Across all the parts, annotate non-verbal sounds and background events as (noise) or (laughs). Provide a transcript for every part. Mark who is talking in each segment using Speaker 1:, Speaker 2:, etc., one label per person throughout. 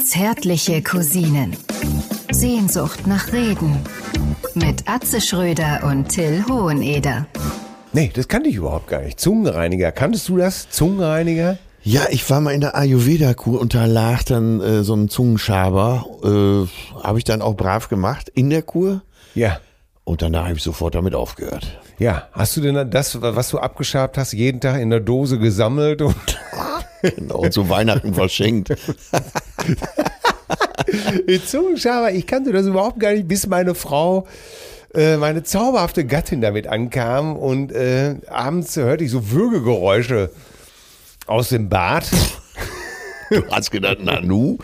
Speaker 1: Zärtliche Cousinen. Sehnsucht nach Reden. Mit Atze Schröder und Till Hoheneder.
Speaker 2: Nee, das kannte ich überhaupt gar nicht. Zungenreiniger, kanntest du das? Zungenreiniger?
Speaker 3: Ja, ich war mal in der Ayurveda-Kur und da lag dann äh, so ein Zungenschaber. Äh, habe ich dann auch brav gemacht in der Kur.
Speaker 2: Ja.
Speaker 3: Und danach habe ich sofort damit aufgehört.
Speaker 2: Ja, hast du denn das, was du abgeschabt hast, jeden Tag in der Dose gesammelt und
Speaker 3: Genau, und zu Weihnachten verschenkt.
Speaker 2: Die Zungenschaber, ich kannte das überhaupt gar nicht, bis meine Frau, äh, meine zauberhafte Gattin damit ankam und äh, abends hörte ich so Würgegeräusche aus dem Bad.
Speaker 3: Du hast gedacht, Nanu?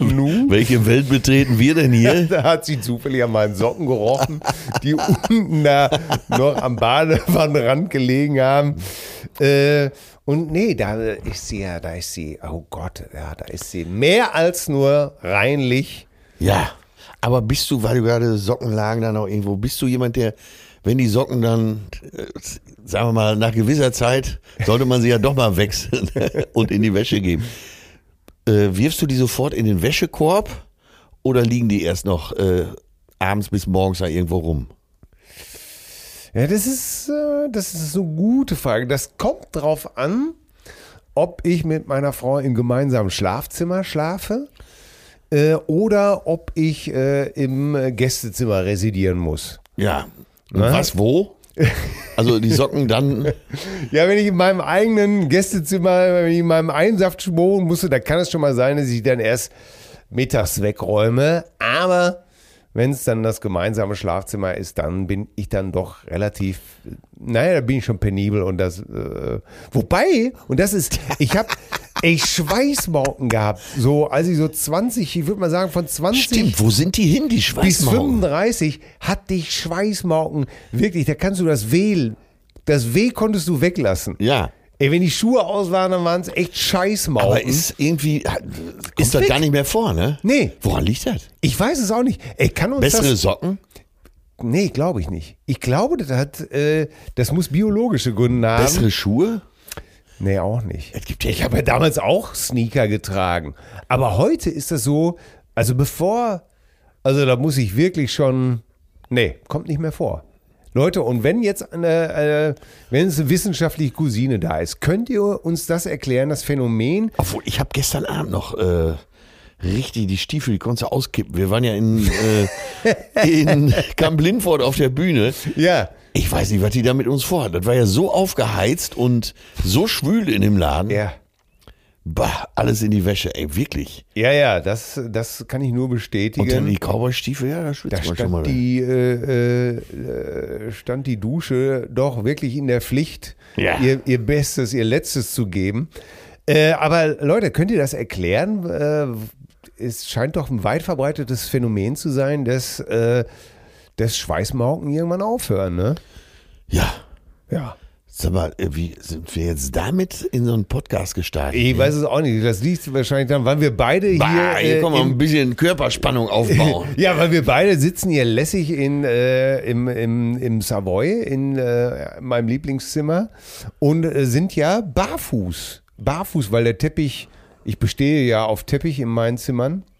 Speaker 2: Nu,
Speaker 3: Welche Welt betreten wir denn hier?
Speaker 2: da hat sie zufällig an meinen Socken gerochen, die unten da noch am Badewannenrand gelegen haben. Äh, und nee, da ist sie ja, da ist sie, oh Gott, ja, da ist sie mehr als nur reinlich.
Speaker 3: Ja, aber bist du, weil du gerade Socken lagen dann auch irgendwo, bist du jemand, der, wenn die Socken dann, äh, sagen wir mal, nach gewisser Zeit, sollte man sie ja doch mal wechseln (laughs) und in die Wäsche geben. Äh, wirfst du die sofort in den Wäschekorb oder liegen die erst noch äh, abends bis morgens da irgendwo rum?
Speaker 2: Ja, das ist, äh, das ist eine gute Frage. Das kommt drauf an, ob ich mit meiner Frau im gemeinsamen Schlafzimmer schlafe äh, oder ob ich äh, im äh, Gästezimmer residieren muss.
Speaker 3: Ja. Und was, wo? Also die
Speaker 2: (laughs)
Speaker 3: Socken dann,
Speaker 2: Ja, wenn ich in meinem eigenen Gästezimmer, wenn ich in meinem Einsaft schmoren musste, da kann es schon mal sein, dass ich dann erst mittags wegräume. Aber wenn es dann das gemeinsame Schlafzimmer ist, dann bin ich dann doch relativ, naja, da bin ich schon penibel und das, äh, wobei, und das ist, ich
Speaker 3: (laughs)
Speaker 2: habe ich Schweißmauken gehabt, so als ich so 20, ich würde mal sagen von 20
Speaker 3: stimmt, wo sind die hin, die
Speaker 2: bis
Speaker 3: Schweißmauern?
Speaker 2: 35 hatte ich Schweißmauken, wirklich, da kannst du das W, das W konntest du weglassen.
Speaker 3: Ja.
Speaker 2: Ey, wenn die Schuhe aus waren, dann waren es echt
Speaker 3: Aber
Speaker 2: Scheißmauken.
Speaker 3: ist irgendwie, ist das
Speaker 2: weg.
Speaker 3: gar nicht mehr vor, ne?
Speaker 2: Nee.
Speaker 3: Woran liegt das?
Speaker 2: Ich weiß es auch nicht. Ey, kann uns
Speaker 3: Bessere
Speaker 2: das...
Speaker 3: Socken?
Speaker 2: Nee, glaube ich nicht. Ich glaube, das hat, äh, das muss biologische Gründe haben.
Speaker 3: Bessere Schuhe?
Speaker 2: Nee, auch nicht.
Speaker 3: Es gibt ja-
Speaker 2: ich habe ja damals auch Sneaker getragen. Aber heute ist das so, also bevor, also da muss ich wirklich schon, nee, kommt nicht mehr vor. Leute, und wenn jetzt eine, eine wenn es eine wissenschaftliche Cousine da ist, könnt ihr uns das erklären, das Phänomen?
Speaker 3: Obwohl, ich habe gestern Abend noch äh, richtig die Stiefel, die konntest du auskippen. Wir waren ja in, (laughs) äh, in Kamp-Lindfort auf der Bühne.
Speaker 2: Ja.
Speaker 3: Ich weiß nicht, was die da mit uns vorhat. Das war ja so aufgeheizt und so schwül in dem Laden.
Speaker 2: Ja.
Speaker 3: Bah, alles in die Wäsche, ey, wirklich.
Speaker 2: Ja, ja, das, das kann ich nur
Speaker 3: Und dann die
Speaker 2: bestätigen.
Speaker 3: Cowboy-Stiefel, ja, da schwitzt
Speaker 2: Da
Speaker 3: man schon mal.
Speaker 2: stand die, äh, äh, äh, stand die Dusche doch wirklich in der Pflicht,
Speaker 3: Ja.
Speaker 2: ihr, ihr Bestes, ihr Letztes zu geben. Äh, aber Leute, könnt ihr das erklären? Äh, es scheint doch ein weit verbreitetes Phänomen zu sein, dass, äh, dass Schweißmauken irgendwann aufhören, ne?
Speaker 3: ja,
Speaker 2: Ja.
Speaker 3: sag mal, äh, wie sind wir jetzt damit in so einen Podcast gestartet?
Speaker 2: Ich weiß es auch nicht. Das liegt wahrscheinlich daran, weil wir beide hier.
Speaker 3: bah, hier
Speaker 2: äh,
Speaker 3: kommen wir ein bisschen Körperspannung aufbauen.
Speaker 2: Ja, weil wir beide sitzen hier lässig in, äh, im, im, im Savoy, in äh, meinem Lieblingszimmer und äh, sind ja barfuß. Barfuß, weil der Teppich, ich bestehe ja auf Teppich in meinen Zimmern.
Speaker 3: (laughs)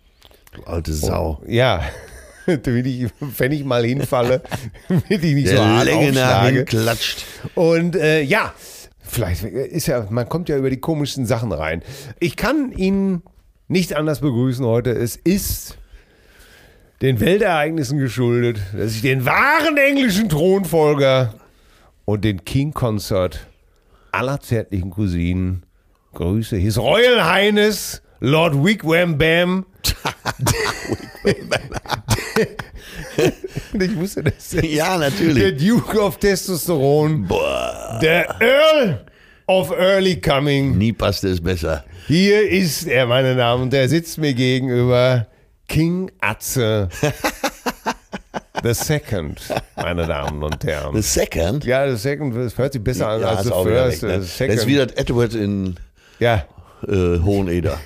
Speaker 3: Du alte Sau.
Speaker 2: Ja, (laughs) damit ich, wenn ich mal hinfalle, (laughs) damit ich nicht so
Speaker 3: Der
Speaker 2: hart
Speaker 3: Länge nach
Speaker 2: aufschlage.
Speaker 3: hinten klatscht.
Speaker 2: Und äh, ja, vielleicht ist ja, man kommt ja über die komischsten Sachen rein. Ich kann ihn nicht anders begrüßen heute. Es ist den Weltereignissen geschuldet, dass ich den wahren englischen Thronfolger und den King Concert aller zärtlichen Cousinen grüße. His Royal Highness Lord Wigwam
Speaker 3: (laughs)
Speaker 2: Bam. Und ich wusste das.
Speaker 3: (laughs) Ja,
Speaker 2: Der
Speaker 3: natürlich.
Speaker 2: Duke of Testosteron.
Speaker 3: Boah,
Speaker 2: Der Earl of Early Coming.
Speaker 3: nie passte es besser.
Speaker 2: Hier ist er, meine Damen und Herren. Sitzt mir gegenüber King Atze the Second, meine Damen und
Speaker 3: The
Speaker 2: Herren.
Speaker 3: Second?
Speaker 2: Ja, the Second das hört sich besser an als
Speaker 3: ist
Speaker 2: the
Speaker 3: auch wieder
Speaker 2: also First.
Speaker 3: weg, ne?
Speaker 2: The
Speaker 3: Das
Speaker 2: second.
Speaker 3: ist wieder Edward in
Speaker 2: ja,
Speaker 3: äh,
Speaker 2: (laughs)
Speaker 3: Hoheneder.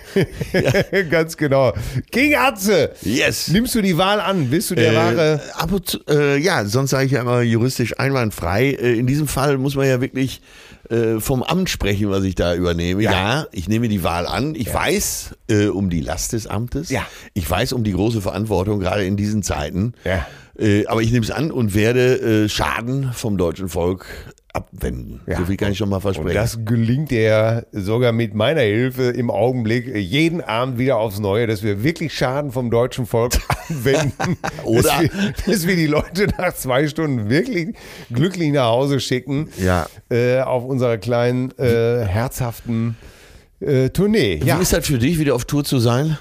Speaker 2: ganz genau. King Atze,
Speaker 3: Yes.
Speaker 2: nimmst du die Wahl an? Bist du der wahre...
Speaker 3: Äh, ab und zu, äh, ja, sonst sage ich ja immer juristisch einwandfrei. Äh, in diesem Fall muss man ja wirklich äh, vom Amt sprechen, was ich da übernehme. Ja, ich nehme die Wahl an. Ich weiß äh, um die Last des Amtes.
Speaker 2: Ja.
Speaker 3: Ich weiß um die große Verantwortung, gerade in diesen Zeiten.
Speaker 2: Ja.
Speaker 3: Äh, aber ich nehme es an und werde äh, Schaden vom deutschen Volk abwenden.
Speaker 2: Ja.
Speaker 3: So viel kann ich schon mal versprechen.
Speaker 2: Und das gelingt ja sogar mit meiner Hilfe im Augenblick jeden Abend wieder aufs Neue, dass wir wirklich Schaden vom deutschen Volk (laughs) anwenden.
Speaker 3: (laughs) Oder?
Speaker 2: Dass wir, dass wir die Leute nach zwei Stunden wirklich glücklich nach Hause schicken.
Speaker 3: Ja.
Speaker 2: Äh, auf unserer kleinen, äh, herzhaften äh, Tournee. Ja,
Speaker 3: Wie ist das für dich, wieder auf Tour zu sein?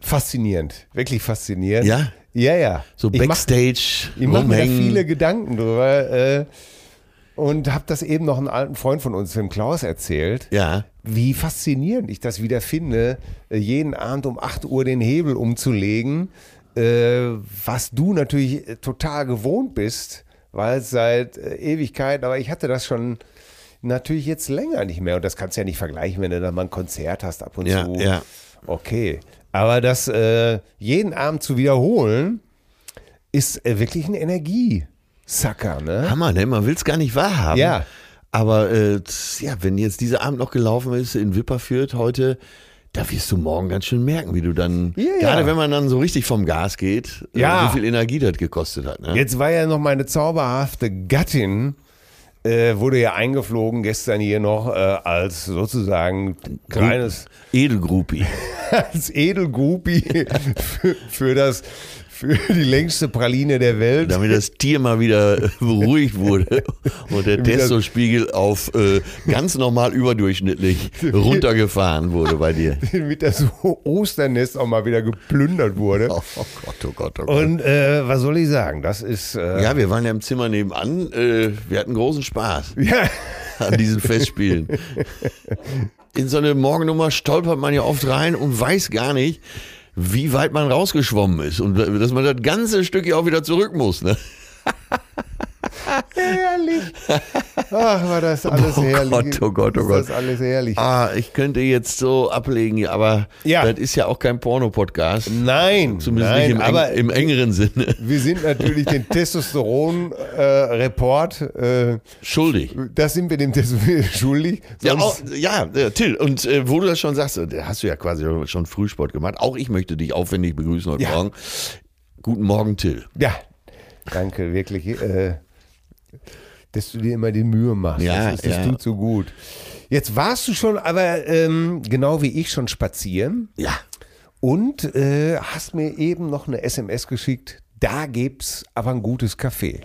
Speaker 2: faszinierend. Wirklich faszinierend.
Speaker 3: Ja?
Speaker 2: Ja, ja.
Speaker 3: So
Speaker 2: ich mach
Speaker 3: Backstage,
Speaker 2: Ich mache mir da
Speaker 3: rumhängen.
Speaker 2: viele Gedanken drüber äh, und habe das eben noch einem alten Freund von uns, dem Klaus, erzählt,
Speaker 3: ja.
Speaker 2: wie faszinierend ich das wieder finde, äh, jeden Abend um 8 Uhr den Hebel umzulegen, äh, was du natürlich äh, total gewohnt bist, weil es seit äh, Ewigkeit, aber ich hatte das schon natürlich jetzt länger nicht mehr und das kannst du ja nicht vergleichen, wenn du da mal ein Konzert hast ab und
Speaker 3: Ja,
Speaker 2: zu.
Speaker 3: ja.
Speaker 2: Okay, aber das äh, jeden Abend zu wiederholen, ist äh, wirklich ein Energiesacker, ne?
Speaker 3: Hammer, ne? Man will es gar nicht wahrhaben.
Speaker 2: Ja.
Speaker 3: Aber äh, tss, ja, wenn jetzt dieser Abend noch gelaufen ist in Wipperfürth heute, da wirst du morgen ganz schön merken, wie du dann,
Speaker 2: Ja, ja.
Speaker 3: gerade wenn man dann so richtig vom Gas geht, äh,
Speaker 2: Ja.
Speaker 3: wie viel Energie das gekostet hat. Ne?
Speaker 2: Jetzt war ja noch meine zauberhafte Gattin, äh, wurde ja eingeflogen gestern hier noch äh, als sozusagen kleines
Speaker 3: Edelgrupi.
Speaker 2: (laughs) als Edelgupi für, für das für die längste Praline der Welt.
Speaker 3: (laughs) Damit das Tier mal wieder äh,
Speaker 2: (laughs)
Speaker 3: beruhigt wurde und der Testospiegel auf äh, ganz
Speaker 2: (laughs)
Speaker 3: normal überdurchschnittlich runtergefahren wurde bei dir.
Speaker 2: Damit das Osternest auch mal wieder geplündert wurde.
Speaker 3: Oh, oh Gott, oh Gott, oh Gott.
Speaker 2: Und äh, was soll ich sagen? Das ist äh,
Speaker 3: ja, wir waren ja im Zimmer nebenan. Äh, wir hatten großen Spaß.
Speaker 2: (laughs) ja.
Speaker 3: an diesen Festspielen. In so eine Morgennummer stolpert man ja oft rein und weiß gar nicht, wie weit man rausgeschwommen ist und dass man das ganze Stück ja auch wieder zurück muss. Ne?
Speaker 2: herrlich. Ach, war das alles
Speaker 3: Oh
Speaker 2: herrlich.
Speaker 3: Gott, oh Gott, oh
Speaker 2: Ist das
Speaker 3: Gott.
Speaker 2: alles herrlich.
Speaker 3: Ah, ich könnte jetzt so ablegen, hier, aber
Speaker 2: Ja.
Speaker 3: das ist ja auch kein Porno-Podcast.
Speaker 2: Nein,
Speaker 3: Zumindest
Speaker 2: nein,
Speaker 3: nicht im, eng,
Speaker 2: aber
Speaker 3: im engeren Sinne.
Speaker 2: wir sind natürlich den Testosteron-Report. Äh,
Speaker 3: Schuldig.
Speaker 2: das sind wir dem Testosteron (laughs) schuldig.
Speaker 3: Ja,
Speaker 2: Sonst-
Speaker 3: auch, ja, äh, Till, und äh, wo du das schon sagst, äh, hast du ja quasi schon Frühsport gemacht. Auch ich möchte dich aufwendig begrüßen heute
Speaker 2: Ja.
Speaker 3: Morgen. Guten Morgen, Till.
Speaker 2: ja. danke, wirklich. Äh, dass du dir immer die Mühe machst.
Speaker 3: Ja,
Speaker 2: das, ist, das
Speaker 3: ja.
Speaker 2: tut so gut. Jetzt warst du schon, aber ähm, genau wie ich schon spazieren.
Speaker 3: Ja.
Speaker 2: Und äh, hast mir eben noch eine SMS geschickt. Da gibt's aber ein gutes Café.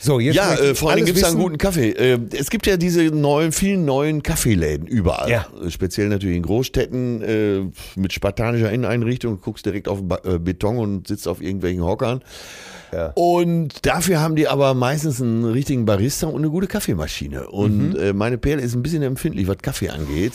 Speaker 2: So, jetzt
Speaker 3: Ja,
Speaker 2: möchte
Speaker 3: äh,
Speaker 2: ich
Speaker 3: vor allem
Speaker 2: alles
Speaker 3: gibt es da einen
Speaker 2: wissen.
Speaker 3: guten Kaffee. Äh, es gibt ja diese neuen, vielen neuen Kaffeeläden überall.
Speaker 2: Ja.
Speaker 3: Äh, Speziell natürlich in Großstädten äh, mit spartanischer Inneneinrichtung. Du guckst direkt auf ba äh, Beton und sitzt auf irgendwelchen Hockern. Und dafür haben die aber meistens einen richtigen Barista und eine gute Kaffeemaschine. Und
Speaker 2: Mhm.
Speaker 3: äh, meine Perle ist ein bisschen empfindlich, was Kaffee angeht.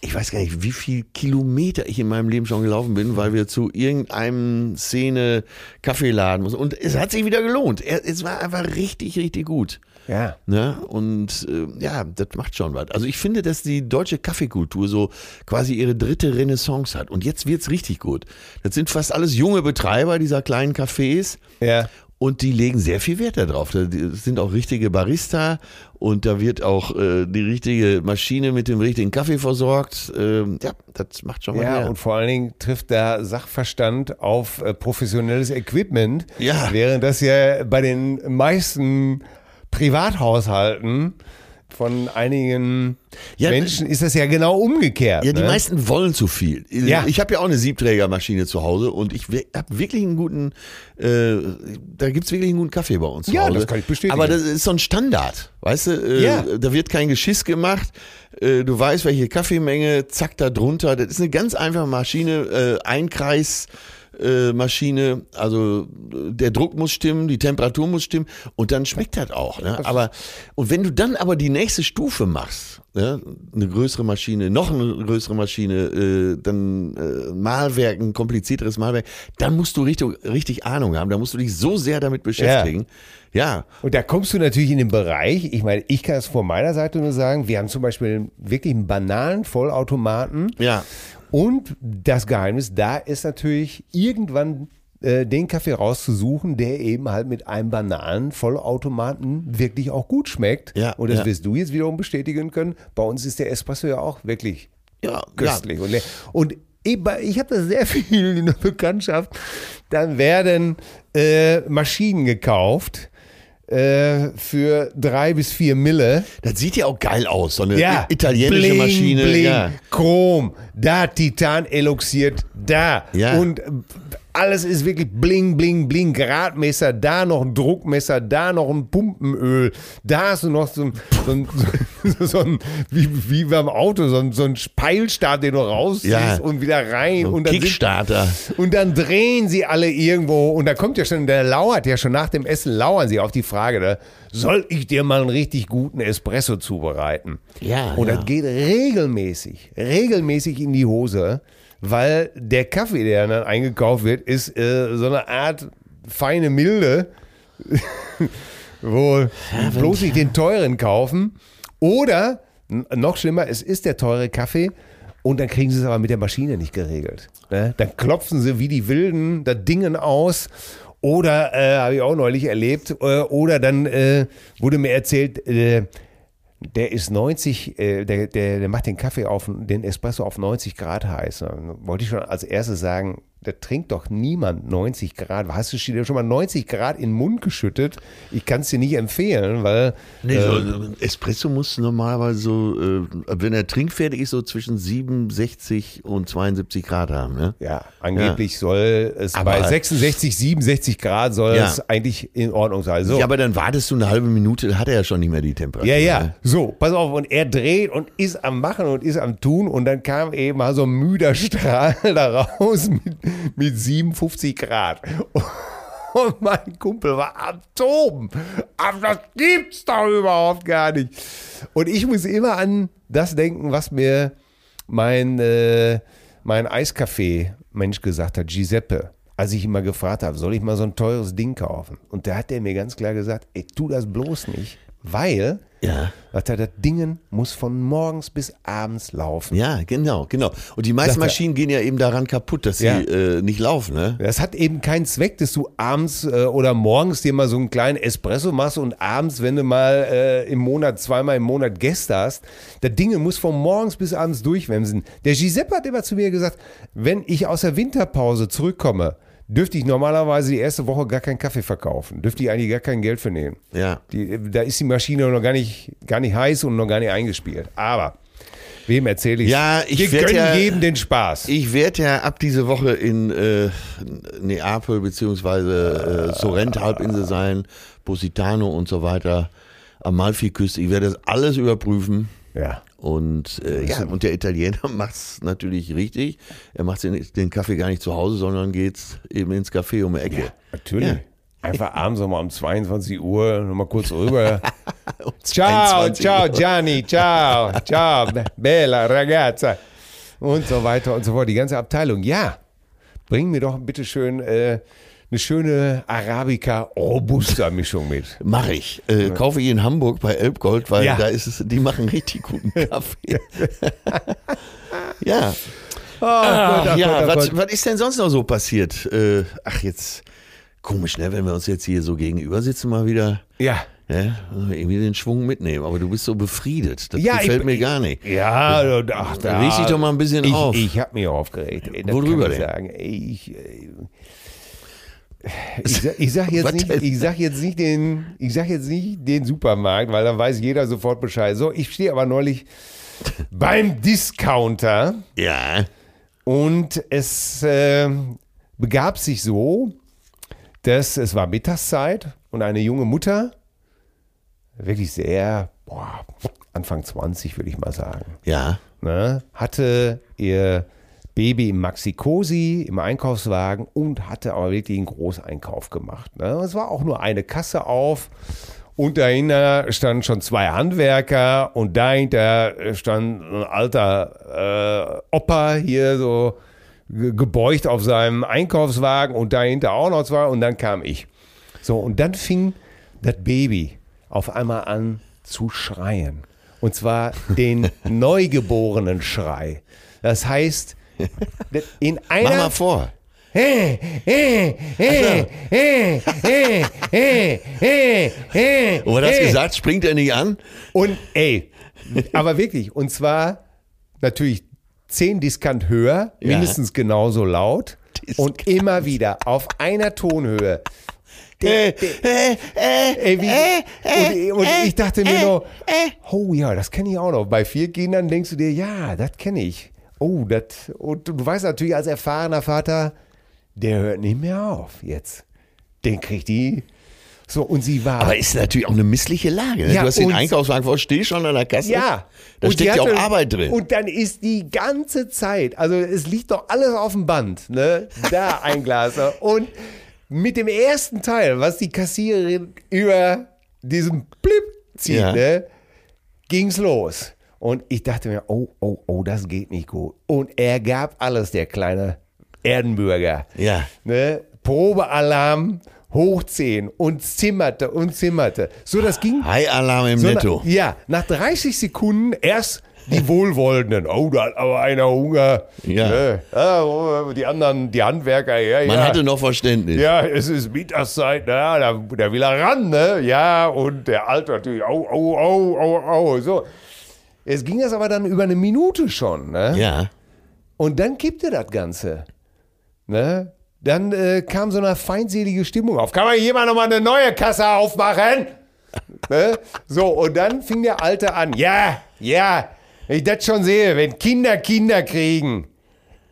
Speaker 3: Ich weiß gar nicht, wie viel Kilometer ich in meinem Leben schon gelaufen bin, weil wir zu irgendeinem Szene Kaffeeladen mussten. Und es hat sich wieder gelohnt. Er- Es war einfach richtig, richtig gut.
Speaker 2: Ja.
Speaker 3: Ne? Und äh, ja, das macht schon was. Also ich finde, dass die deutsche Kaffeekultur so quasi ihre dritte Renaissance hat. Und jetzt wird's richtig gut. Das sind fast alles junge Betreiber dieser kleinen Cafés.
Speaker 2: Ja.
Speaker 3: Und die legen sehr viel Wert darauf. Da die- es sind auch richtige Barista und da wird auch äh, die richtige Maschine mit dem richtigen Kaffee versorgt. Ähm, ja, das macht schon mal
Speaker 2: Ja,
Speaker 3: her.
Speaker 2: und vor allen Dingen trifft da Sachverstand auf äh, professionelles Equipment.
Speaker 3: Ja.
Speaker 2: Während das ja bei den meisten Privathaushalten von einigen
Speaker 3: Ja,
Speaker 2: Menschen ist das ja genau umgekehrt.
Speaker 3: Ja, die
Speaker 2: ne?
Speaker 3: meisten wollen zu viel.
Speaker 2: Ja.
Speaker 3: Ich habe ja auch eine Siebträgermaschine zu Hause und ich we- hab wirklich einen guten, äh, da gibt's wirklich einen guten Kaffee bei uns zu
Speaker 2: Ja,
Speaker 3: Hause.
Speaker 2: das kann ich bestätigen.
Speaker 3: Aber das ist so ein Standard, weißt du? Äh,
Speaker 2: Ja.
Speaker 3: Da wird kein Geschiss gemacht. Äh, du weißt, welche Kaffeemenge, zack, da drunter. Das ist eine ganz einfache Maschine, äh, Einkreis. äh, Maschine, also äh, der Druck muss stimmen, die Temperatur muss stimmen und dann schmeckt das auch. Ne? Aber und wenn du dann aber die nächste Stufe machst, ne? eine größere Maschine, noch eine größere Maschine, äh, dann äh, Malwerk, ein komplizierteres Malwerk, dann musst du richtig, richtig Ahnung haben, da musst du dich so sehr damit beschäftigen. Ja,
Speaker 2: Und da kommst du natürlich in den Bereich, ich meine, ich kann es von meiner Seite nur sagen, wir haben zum Beispiel wirklich einen banalen Vollautomaten
Speaker 3: ja.
Speaker 2: und das Geheimnis da ist natürlich irgendwann äh, den Kaffee rauszusuchen, der eben halt mit einem Bananenvollautomaten wirklich auch gut schmeckt.
Speaker 3: Ja,
Speaker 2: und das
Speaker 3: ja.
Speaker 2: wirst du jetzt wiederum bestätigen können. Bei uns ist der Espresso ja auch wirklich
Speaker 3: Ja,
Speaker 2: köstlich und leer. Und ich, ich habe das sehr (laughs) viel in der Bekanntschaft. Dann werden äh, Maschinen gekauft äh, für drei bis vier Mille.
Speaker 3: Das sieht ja auch geil aus, so eine Äh, i- italienische
Speaker 2: Bling,
Speaker 3: Maschine.
Speaker 2: Bling,
Speaker 3: Ja.
Speaker 2: Chrom, da Titan eloxiert, da.
Speaker 3: Ja.
Speaker 2: Und äh, alles ist wirklich bling, bling, bling. Gradmesser, da noch ein Druckmesser, da noch ein Pumpenöl, da hast du noch so ein, so ein, so, so ein (laughs) wie, wie beim Auto, so ein, so ein Peilstab, den du rausziehst
Speaker 3: Ja.
Speaker 2: und wieder rein. und dann sind
Speaker 3: Kickstarter.
Speaker 2: und dann drehen sie alle irgendwo und da kommt ja schon, der lauert ja schon nach dem Essen, lauern sie auf die Frage, ne? soll ich dir mal einen richtig guten Espresso zubereiten?
Speaker 3: Ja,
Speaker 2: Und
Speaker 3: ja.
Speaker 2: das geht regelmäßig, regelmäßig in die Hose, weil der Kaffee, der dann eingekauft wird, ist äh, so eine Art feine Milde, (laughs) wo bloß nicht den teuren kaufen. Oder n- noch schlimmer, es ist der teure Kaffee und dann kriegen sie es aber mit der Maschine nicht geregelt. Ne? Dann klopfen sie wie die Wilden das Dingen aus. Oder, äh, habe ich auch neulich erlebt, äh, oder dann äh, wurde mir erzählt, äh, der ist 90, äh, der, der, der macht den Kaffee auf, den Espresso auf 90 Grad heiß. Dann Wollte ich schon als erstes sagen, da trinkt doch niemand 90 Grad. Hast du dir schon mal 90 Grad in den Mund geschüttet? Ich kann es dir nicht empfehlen, weil
Speaker 3: Nee, so, äh, Espresso muss normalerweise so, äh, wenn er trinkfertig ist, so zwischen 67 und 72 Grad haben. Ne?
Speaker 2: ja, angeblich soll es
Speaker 3: Aber-
Speaker 2: bei 66, 67 Grad soll
Speaker 3: Ja.
Speaker 2: es eigentlich in Ordnung sein. So.
Speaker 3: Ja, aber dann wartest du eine halbe Minute, dann hat er ja schon nicht mehr die Temperatur.
Speaker 2: Ja, ja.
Speaker 3: ne?
Speaker 2: So, pass auf. Und er dreht und ist am Machen und ist am Tun. Und dann kam eben mal so ein müder (laughs) Strahl da raus mit, mit 57 Grad. Und mein Kumpel war am Toben. Aber das gibt's doch überhaupt gar nicht. Und ich muss immer an das denken, was mir mein, äh, mein Eiskaffee-Mensch gesagt hat, Giuseppe, als ich ihn mal gefragt habe, soll ich mal so ein teures Ding kaufen? Und da hat er mir ganz klar gesagt, ey, tu das bloß nicht, weil,
Speaker 3: Ja.
Speaker 2: sagt er, das Dingen muss von morgens bis abends laufen.
Speaker 3: Ja, genau, genau. Und die meisten
Speaker 2: Sagt er-
Speaker 3: Maschinen gehen ja eben daran kaputt, dass sie
Speaker 2: Ja.
Speaker 3: äh, nicht laufen. Ne?
Speaker 2: Das hat eben keinen Zweck, dass du abends äh, oder morgens dir mal so einen kleinen Espresso machst und abends, wenn du mal äh, im Monat, zweimal im Monat Gäste hast, der Dinge muss von morgens bis abends durchwemsen. Der Giuseppe hat immer zu mir gesagt, wenn ich aus der Winterpause zurückkomme, dürfte ich normalerweise die erste Woche gar keinen Kaffee verkaufen, dürfte ich eigentlich gar kein Geld für nehmen.
Speaker 3: Ja.
Speaker 2: Die, da ist die Maschine noch gar nicht, gar nicht heiß und noch gar nicht eingespielt. Aber wem erzähle ich?
Speaker 3: Ja, ich
Speaker 2: Wir
Speaker 3: werd
Speaker 2: gönnen
Speaker 3: ja-
Speaker 2: jedem den Spaß.
Speaker 3: Ich werde ja ab diese Woche in äh, Neapel beziehungsweise äh, Sorrent-Halbinsel sein, Positano und so weiter, Amalfiküste. Ich werde das alles überprüfen.
Speaker 2: ja.
Speaker 3: Und, äh, ja. und der Italiener (laughs) macht's natürlich richtig. Er macht den, den Kaffee gar nicht zu Hause, sondern geht's eben ins Café um die Ecke.
Speaker 2: Natürlich.
Speaker 3: Ja.
Speaker 2: Einfach abends nochmal um 22 Uhr nochmal kurz (laughs) rüber.
Speaker 3: Um
Speaker 2: ciao,
Speaker 3: 22
Speaker 2: ciao,
Speaker 3: Uhr.
Speaker 2: Gianni, ciao, ciao, be- bella ragazza. Und so weiter und so fort. Die ganze Abteilung. Ja, bring mir doch bitte schön äh, eine schöne Arabica-Robusta-Mischung mit.
Speaker 3: Mache ich. Äh, Kaufe ich in Hamburg bei Elbgold, weil
Speaker 2: Ja.
Speaker 3: da ist es, die machen
Speaker 2: (laughs)
Speaker 3: richtig guten Kaffee. (laughs) ja.
Speaker 2: Oh, Gott,
Speaker 3: Ach,
Speaker 2: ach
Speaker 3: Ah, ja,
Speaker 2: Gott, ach
Speaker 3: was,
Speaker 2: Gott.
Speaker 3: was ist denn sonst noch so passiert? Äh, ach, jetzt komisch, ne? Wenn wir uns jetzt hier so gegenüber sitzen, mal wieder
Speaker 2: ja.
Speaker 3: ne? irgendwie den Schwung mitnehmen. Aber du bist so befriedet. Das
Speaker 2: Ja,
Speaker 3: gefällt
Speaker 2: ich-
Speaker 3: mir gar nicht.
Speaker 2: Ja, ach, da.
Speaker 3: reg dich doch mal ein bisschen
Speaker 2: ich,
Speaker 3: auf.
Speaker 2: Ich habe mich aufgeregt. Ey, das
Speaker 3: Worüber
Speaker 2: kann ich
Speaker 3: denn?
Speaker 2: Sagen. Ey, Ich, äh,
Speaker 3: (laughs)
Speaker 2: ich, sag- ich sag jetzt
Speaker 3: Was
Speaker 2: nicht,
Speaker 3: denn?
Speaker 2: ich sag jetzt nicht den, ich sag jetzt nicht den Supermarkt, weil dann weiß jeder sofort Bescheid. So, ich stehe aber
Speaker 3: (laughs)
Speaker 2: neulich beim Discounter
Speaker 3: Ja.
Speaker 2: und es äh, begab sich so, dass es war Mittagszeit und eine junge Mutter, wirklich sehr, boah, Anfang 20 würde ich mal sagen
Speaker 3: Ja.
Speaker 2: ne, hatte ihr Baby im Maxi-Cosi im Einkaufswagen und hatte aber wirklich einen Großeinkauf gemacht. Ne. Es war auch nur eine Kasse auf und dahinter standen schon zwei Handwerker und dahinter stand ein alter äh, Opa hier so ge- gebeugt auf seinem Einkaufswagen und dahinter auch noch zwei und dann kam ich. So, und dann fing das Baby auf einmal an zu schreien. Und zwar
Speaker 3: (laughs)
Speaker 2: den neugeborenen Schrei. Das heißt, in
Speaker 3: Mach
Speaker 2: einer,
Speaker 3: mal vor.
Speaker 2: Äh, äh, äh, äh, äh, äh, äh, äh,
Speaker 3: Und wenn er das
Speaker 2: äh.
Speaker 3: gesagt, springt er nicht an.
Speaker 2: Und ey, aber wirklich, und zwar natürlich 10 Diskant höher,
Speaker 3: Ja.
Speaker 2: mindestens genauso laut und immer wieder auf einer Tonhöhe.
Speaker 3: Äh, äh, äh,
Speaker 2: Ey, wie, und, und ich dachte mir nur, oh ja, das kenne ich auch noch. Bei vier Kindern denkst du dir, ja, das kenne ich. Oh, das, und du weißt natürlich als erfahrener Vater, der hört nicht mehr auf jetzt. Den kriegt die. So, und sie war.
Speaker 3: aber ist natürlich auch eine missliche Lage. Ne?
Speaker 2: Ja,
Speaker 3: du hast den
Speaker 2: und-
Speaker 3: Einkaufswagen vor, stehst schon an der Kasse.
Speaker 2: Ja.
Speaker 3: Da
Speaker 2: Und die
Speaker 3: steckt ja auch
Speaker 2: hatte-
Speaker 3: Arbeit drin.
Speaker 2: Und dann ist die ganze Zeit, also es liegt doch alles auf dem Band, ne? Da ein
Speaker 3: (laughs)
Speaker 2: Glas. Und mit dem ersten Teil, was die Kassiererin über diesen Blip zieht,
Speaker 3: Ja.
Speaker 2: ne? Ging's los. Und ich dachte mir, oh, oh, oh, das geht nicht gut. Und er gab alles, der kleine Erdenbürger.
Speaker 3: Ja.
Speaker 2: Ne? Probealarm hochziehen und zimmerte und zimmerte. So, das ging
Speaker 3: High-Alarm im
Speaker 2: so,
Speaker 3: Netto.
Speaker 2: Na, ja, nach 30 Sekunden erst die Wohlwollenden. Oh, da hat aber einer Hunger.
Speaker 3: Ja.
Speaker 2: Ne? Ah, oh, die anderen, die Handwerker, ja,
Speaker 3: Man
Speaker 2: ja.
Speaker 3: hatte noch Verständnis.
Speaker 2: ja, es ist Mittagszeit, na, da, da will er ran, ne? Ja, und der Alte natürlich, au, au, au, au, au, so. Es ging das aber dann über eine Minute schon, ne?
Speaker 3: ja.
Speaker 2: Und dann kippte das Ganze. Ne? Dann äh, kam so eine feindselige Stimmung auf. Kann man hier mal nochmal eine neue Kasse aufmachen? (laughs) ne? So, und dann fing der Alte an. Ja, ja, wenn ich das schon sehe, wenn Kinder Kinder kriegen.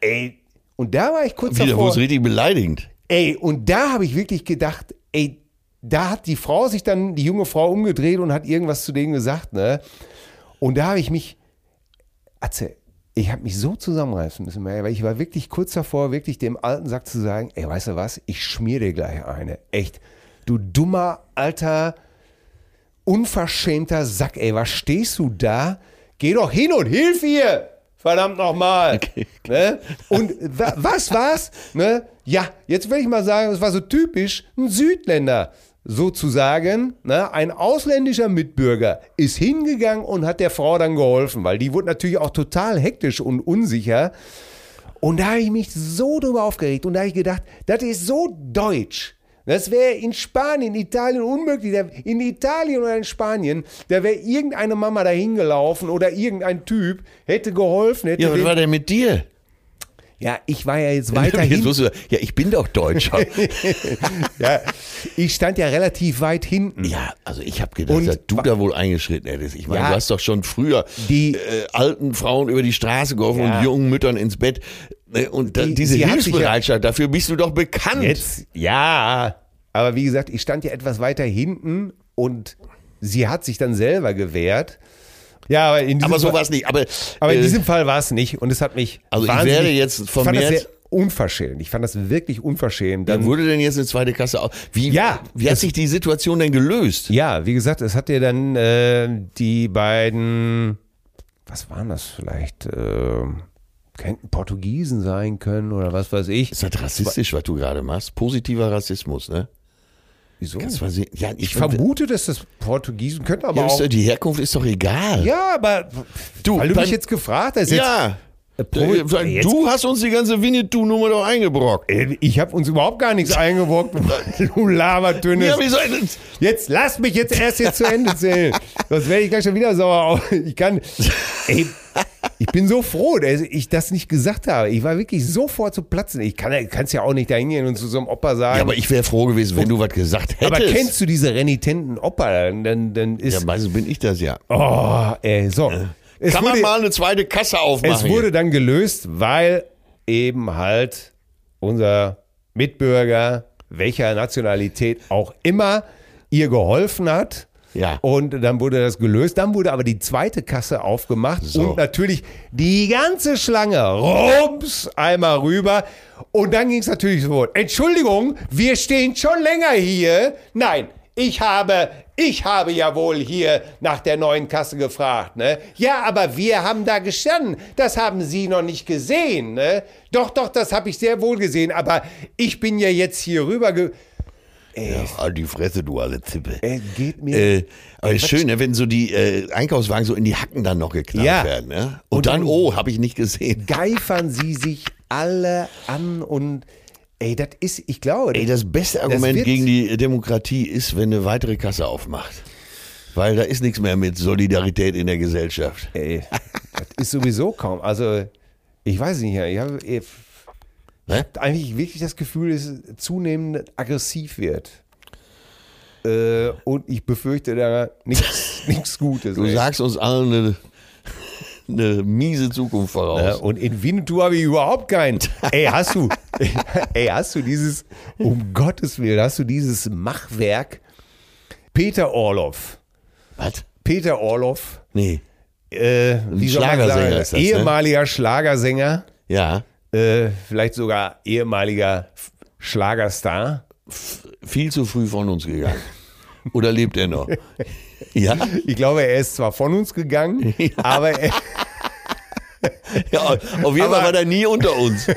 Speaker 2: Ey, und da war ich kurz
Speaker 3: Wieder wurde
Speaker 2: davor.
Speaker 3: es richtig beleidigend.
Speaker 2: Ey, und da habe ich wirklich gedacht, ey, da hat die Frau sich dann, die junge Frau umgedreht und hat irgendwas zu denen gesagt, ne? Und da habe ich mich, Atze, ich habe mich so zusammenreißen müssen, ey, weil ich war wirklich kurz davor, wirklich dem alten Sack zu sagen, ey, weißt du was, ich schmier dir gleich eine. Echt, du dummer, alter, unverschämter Sack, ey, was stehst du da? Geh doch hin und hilf ihr! Verdammt nochmal! Ne? Und wa was war's? Ne? Ja, jetzt will ich mal sagen, es war so typisch, ein Südländer sozusagen, ne? ein ausländischer Mitbürger ist hingegangen und hat der Frau dann geholfen, weil die wurde natürlich auch total hektisch und unsicher. Und da habe ich mich so drüber aufgeregt und da habe ich gedacht, das ist so deutsch. Das wäre in Spanien, Italien unmöglich. Da- In Italien oder in Spanien, da wäre irgendeine Mama da hingelaufen oder irgendein Typ hätte geholfen. Hätte
Speaker 3: Ja, was
Speaker 2: den-
Speaker 3: war denn mit dir?
Speaker 2: ja ich war ja jetzt weiter
Speaker 3: Jetzt
Speaker 2: hinten.
Speaker 3: musst du, ja, ich bin
Speaker 2: (laughs)
Speaker 3: doch Deutscher.
Speaker 2: Ja, ich stand ja relativ weit hinten.
Speaker 3: ja, also ich habe gedacht,
Speaker 2: Und-
Speaker 3: dass du da wohl eingeschritten hättest. Ich meine,
Speaker 2: Ja.
Speaker 3: du hast doch schon früher
Speaker 2: Die-
Speaker 3: äh, alten Frauen über die Straße geholfen
Speaker 2: Ja.
Speaker 3: und jungen Müttern ins Bett. Ne, Und da,
Speaker 2: Die-
Speaker 3: diese
Speaker 2: sie hat sich ja-
Speaker 3: Hilfsbereitschaft, dafür bist du doch bekannt.
Speaker 2: Jetzt, ja. Aber wie gesagt, ich stand ja etwas weiter hinten und sie hat sich dann selber gewehrt. Ja, aber in diesem
Speaker 3: aber so
Speaker 2: Fall-
Speaker 3: war es nicht. Aber,
Speaker 2: Aber in
Speaker 3: äh,
Speaker 2: diesem Fall war es nicht und es hat mich.
Speaker 3: Also ich
Speaker 2: wahnsinnig-
Speaker 3: werde jetzt
Speaker 2: Ich fand das
Speaker 3: vermehrt-
Speaker 2: sehr unverschämt. Ich fand das wirklich unverschämt.
Speaker 3: dann
Speaker 2: Dann,
Speaker 3: wurde denn jetzt eine zweite Kasse auf. Wie,
Speaker 2: Ja,
Speaker 3: wie hat
Speaker 2: das-
Speaker 3: sich die Situation denn gelöst?
Speaker 2: ja, wie gesagt, es hat dir dann äh, die beiden, was waren das vielleicht? Äh, könnten Portugiesen sein können oder was weiß ich.
Speaker 3: Ist das rassistisch, was du gerade machst? Positiver Rassismus, ne?
Speaker 2: Wieso?
Speaker 3: Kannst mal sehen. Ja, ich,
Speaker 2: Ich vermute, dass das Portugiesen könnten, aber
Speaker 3: Ja, ist
Speaker 2: auch.
Speaker 3: doch, die Herkunft ist doch egal.
Speaker 2: Ja, aber
Speaker 3: äh, Du,
Speaker 2: weil du
Speaker 3: beim-
Speaker 2: mich jetzt gefragt hast, jetzt,
Speaker 3: ja.
Speaker 2: äh, Pro-
Speaker 3: Äh,
Speaker 2: jetzt
Speaker 3: du hast uns die ganze Winnetou-Nummer doch eingebrockt.
Speaker 2: Äh, Ich habe uns überhaupt gar nichts
Speaker 3: (laughs)
Speaker 2: eingeworfen, du Labertönes.
Speaker 3: Ja, wie soll
Speaker 2: Jetzt lass mich jetzt erst jetzt zu Ende zählen. Sonst werde ich gleich schon wieder sauer. auf- Ich kann. Ey, ich bin so froh, dass ich das nicht gesagt habe. Ich war wirklich sofort zu platzen. Ich kann es ja auch nicht da hingehen und zu so einem Opa sagen.
Speaker 3: ja, aber ich wäre froh gewesen, wenn du was gesagt hättest.
Speaker 2: aber kennst du diese renitenten Opa? Dann, dann
Speaker 3: Ja,
Speaker 2: ist.
Speaker 3: meistens bin ich das ja.
Speaker 2: oh, ey, so. Es
Speaker 3: Kann man
Speaker 2: wurde-
Speaker 3: mal eine zweite Kasse aufmachen?
Speaker 2: Es wurde dann gelöst, weil eben halt unser Mitbürger, welcher Nationalität auch immer, ihr geholfen hat.
Speaker 3: Ja.
Speaker 2: Und dann wurde das gelöst. Dann wurde aber die zweite Kasse aufgemacht
Speaker 3: So.
Speaker 2: und natürlich die ganze Schlange rums einmal rüber. Und dann ging es natürlich so: Entschuldigung, wir stehen schon länger hier. Nein, ich habe, ich habe ja wohl hier nach der neuen Kasse gefragt. Ne? Ja, aber wir haben da gestanden. Das haben Sie noch nicht gesehen. Ne? Doch, doch, das habe ich sehr wohl gesehen. Aber ich bin ja jetzt hier rüber. Ge
Speaker 3: Ja, ah, die Fresse, du alle Zippe.
Speaker 2: äh, geht mir.
Speaker 3: Äh, aber ist schön, ne, wenn so die äh, Einkaufswagen so in die Hacken dann noch geknallt
Speaker 2: Ja.
Speaker 3: werden. Ne? Und,
Speaker 2: Und
Speaker 3: dann,
Speaker 2: dann-
Speaker 3: oh, habe ich nicht gesehen.
Speaker 2: geifern sie sich alle an und Ey, das ist, ich glaube,
Speaker 3: Ey, das beste Argument
Speaker 2: wird-
Speaker 3: gegen die äh, Demokratie ist, wenn eine weitere Kasse aufmacht. Weil da ist nichts mehr mit Solidarität in der Gesellschaft.
Speaker 2: ey, das ist sowieso kaum. Also, ich weiß nicht, ich habe ich
Speaker 3: Ne?
Speaker 2: hab eigentlich wirklich das Gefühl, dass es zunehmend aggressiv wird. Äh, und ich befürchte da (laughs) nichts nichts Gutes.
Speaker 3: Du
Speaker 2: ey.
Speaker 3: sagst uns allen eine, eine miese Zukunft
Speaker 2: Ja,
Speaker 3: voraus.
Speaker 2: äh, und in Winnetou habe ich überhaupt keinen. (laughs) Ey, hast du, ey, hast du dieses, um Gottes Willen, hast du dieses Machwerk Peter Orloff?
Speaker 3: Was?
Speaker 2: Peter Orloff,
Speaker 3: Nee.
Speaker 2: äh, wie soll man
Speaker 3: Schlagersänger
Speaker 2: sagen,
Speaker 3: ist das, ne?
Speaker 2: ehemaliger Schlagersänger,
Speaker 3: Ja.
Speaker 2: äh, vielleicht sogar ehemaliger F- Schlagerstar.
Speaker 3: Viel zu früh von uns gegangen. Oder lebt er noch? Ja?
Speaker 2: Ich glaube, er ist zwar von uns
Speaker 3: (laughs)
Speaker 2: gegangen, aber er,
Speaker 3: ja auf jeden Fall
Speaker 2: Aber-
Speaker 3: war er nie unter uns.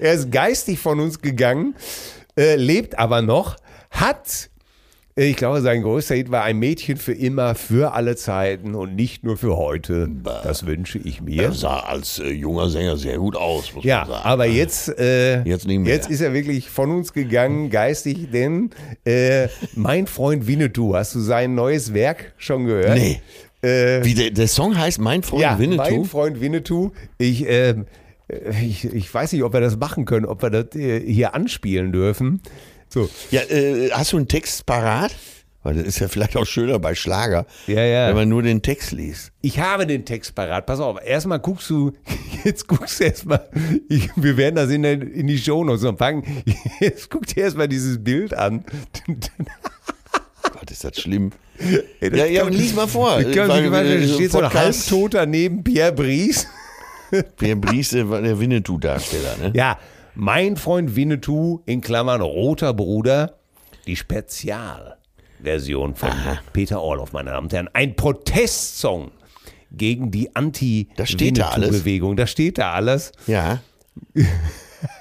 Speaker 2: er ist geistig von uns gegangen, äh, lebt aber noch, hat, äh, ich glaube, sein größter Hit war ein Mädchen für immer, für alle Zeiten und nicht nur für heute. Das wünsche ich
Speaker 3: Er
Speaker 2: mir.
Speaker 3: sah als äh, junger Sänger sehr gut aus, muss
Speaker 2: Ja,
Speaker 3: man sagen.
Speaker 2: aber jetzt, äh,
Speaker 3: Jetzt nicht mehr.
Speaker 2: jetzt ist er wirklich von uns gegangen, geistig, denn äh, mein Freund Winnetou, hast du sein neues Werk schon gehört?
Speaker 3: Nee.
Speaker 2: Äh,
Speaker 3: Wie der, der Song heißt Mein Freund
Speaker 2: ja,
Speaker 3: Winnetou.
Speaker 2: mein Freund Winnetou. Ich, ähm, äh, ich, ich weiß nicht, ob wir das machen können, ob wir das äh, hier anspielen dürfen. So,
Speaker 3: Ja, äh, hast du einen Text parat? Weil das ist ja vielleicht auch schöner bei Schlager,
Speaker 2: Ja, ja.
Speaker 3: wenn man nur den Text liest.
Speaker 2: Ich habe den Text parat. Pass auf, erstmal guckst du, (laughs) jetzt guckst du erstmal, ich, wir werden das in, der, in die Shownotes noch packen. (laughs) Jetzt guck dir erstmal dieses Bild an. (laughs)
Speaker 3: Gott, ist das schlimm.
Speaker 2: Ey,
Speaker 3: Ja, ja, aber lies mal vor.
Speaker 2: Ich kann
Speaker 3: Weil,
Speaker 2: nicht, weiter,
Speaker 3: äh,
Speaker 2: da steht so ein
Speaker 3: Podcast-
Speaker 2: Halbtoter neben Pierre Brice.
Speaker 3: Pierre Brice, der war der Winnetou-Darsteller, ne?
Speaker 2: Ja, mein Freund Winnetou, in Klammern roter Bruder, die Spezialversion von Peter Orloff, meine Damen und Herren. Ein Protestsong gegen die
Speaker 3: Da steht da alles.
Speaker 2: Anti-Winnetou-Bewegung. Da steht da alles.
Speaker 3: Ja.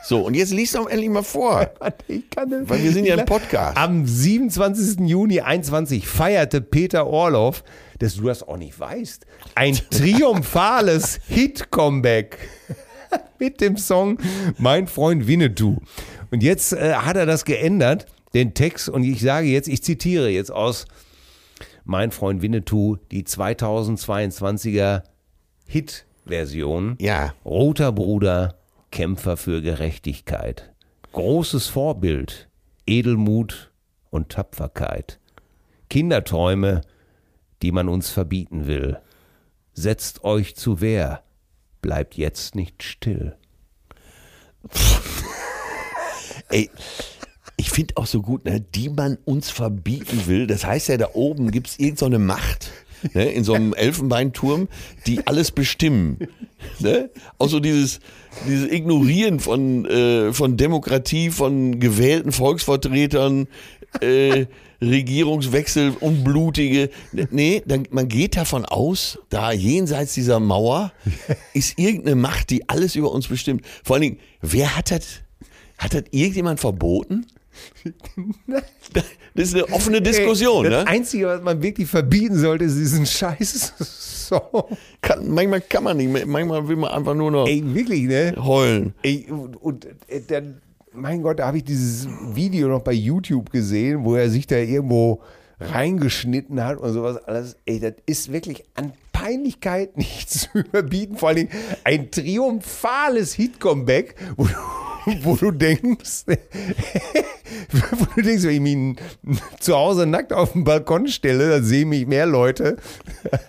Speaker 3: So, und jetzt lies doch endlich mal vor.
Speaker 2: (laughs) Ich kann das-
Speaker 3: Weil wir sind ja
Speaker 2: Ich
Speaker 3: ein
Speaker 2: la-
Speaker 3: Podcast.
Speaker 2: Am 27. Juni 21 feierte Peter Orloff, dass du das auch nicht weißt,
Speaker 3: (laughs)
Speaker 2: ein triumphales Hit-Comeback (laughs) mit dem Song Mein Freund Winnetou. Und jetzt äh, hat er das geändert, den Text, und ich sage jetzt, ich zitiere jetzt aus Mein Freund Winnetou, die 2022er Hit-Version.
Speaker 3: Ja.
Speaker 2: Roter Bruder, Kämpfer für Gerechtigkeit. Großes Vorbild, Edelmut und Tapferkeit. Kinderträume, die man uns verbieten will. Setzt euch zu Wehr, bleibt jetzt nicht (laughs) still.
Speaker 3: Ey, ich finde auch so gut, ne, die man uns verbieten will. Das heißt ja, da oben gibt es irgendeine Macht. Ne, in so einem Elfenbeinturm, die alles bestimmen. Ne? Auch so dieses, dieses Ignorieren von, äh, von Demokratie, von gewählten Volksvertretern, äh, Regierungswechsel, Unblutige. Nee, dann, man geht davon aus, da jenseits dieser Mauer ist irgendeine Macht, die alles über uns bestimmt. Vor allen Dingen, wer hat das? Hat das irgendjemand verboten? Das ist eine offene Diskussion,
Speaker 2: Ey, Das
Speaker 3: ne?
Speaker 2: Einzige, was man wirklich verbieten sollte, ist diesen (laughs) scheiß Song.
Speaker 3: Kann, manchmal kann man nicht mehr, manchmal will man einfach nur noch
Speaker 2: Ey, wirklich, ne?
Speaker 3: heulen.
Speaker 2: Ey, und, und äh, dann, mein Gott, da habe ich dieses Video noch bei YouTube gesehen, wo er sich da irgendwo reingeschnitten hat und sowas alles. Ey, das ist wirklich an Peinlichkeit (laughs) nicht zu überbieten. Vor allen Dingen ein triumphales Hit-Comeback, wo du, (laughs) wo du denkst, wo du denkst, wenn ich mich zu Hause nackt auf den Balkon stelle, dann sehen mich mehr Leute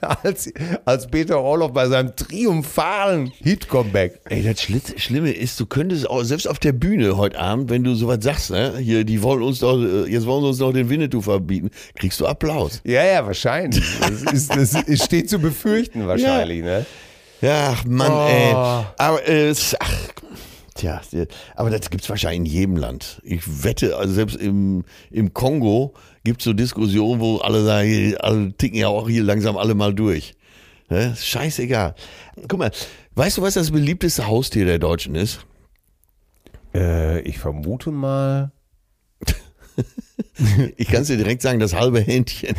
Speaker 2: (laughs) als, als Peter Orloff bei seinem triumphalen Hit-Comeback.
Speaker 3: Ey, das Schli- Schlimme ist, du könntest auch, selbst auf der Bühne heute Abend, wenn du sowas sagst, ne, hier, die wollen uns doch, äh, jetzt wollen sie uns doch den Winnetou verbieten, kriegst du Applaus.
Speaker 2: Ja, ja, wahrscheinlich. Das, ist, das ist- steht zu befürchten wahrscheinlich, ne?
Speaker 3: Ja, ach, Mann,
Speaker 2: Oh.
Speaker 3: ey. Aber, äh, es- ach, tja, aber das gibt's wahrscheinlich in jedem Land. Ich wette, also selbst im, im Kongo gibt's so Diskussionen, wo alle sagen, hier, alle ticken ja auch hier langsam alle mal durch. Ne? Scheißegal. Guck mal, weißt du, was das beliebteste Haustier der Deutschen ist?
Speaker 2: Äh, ich vermute mal.
Speaker 3: Ich kann es dir direkt sagen, das halbe Händchen.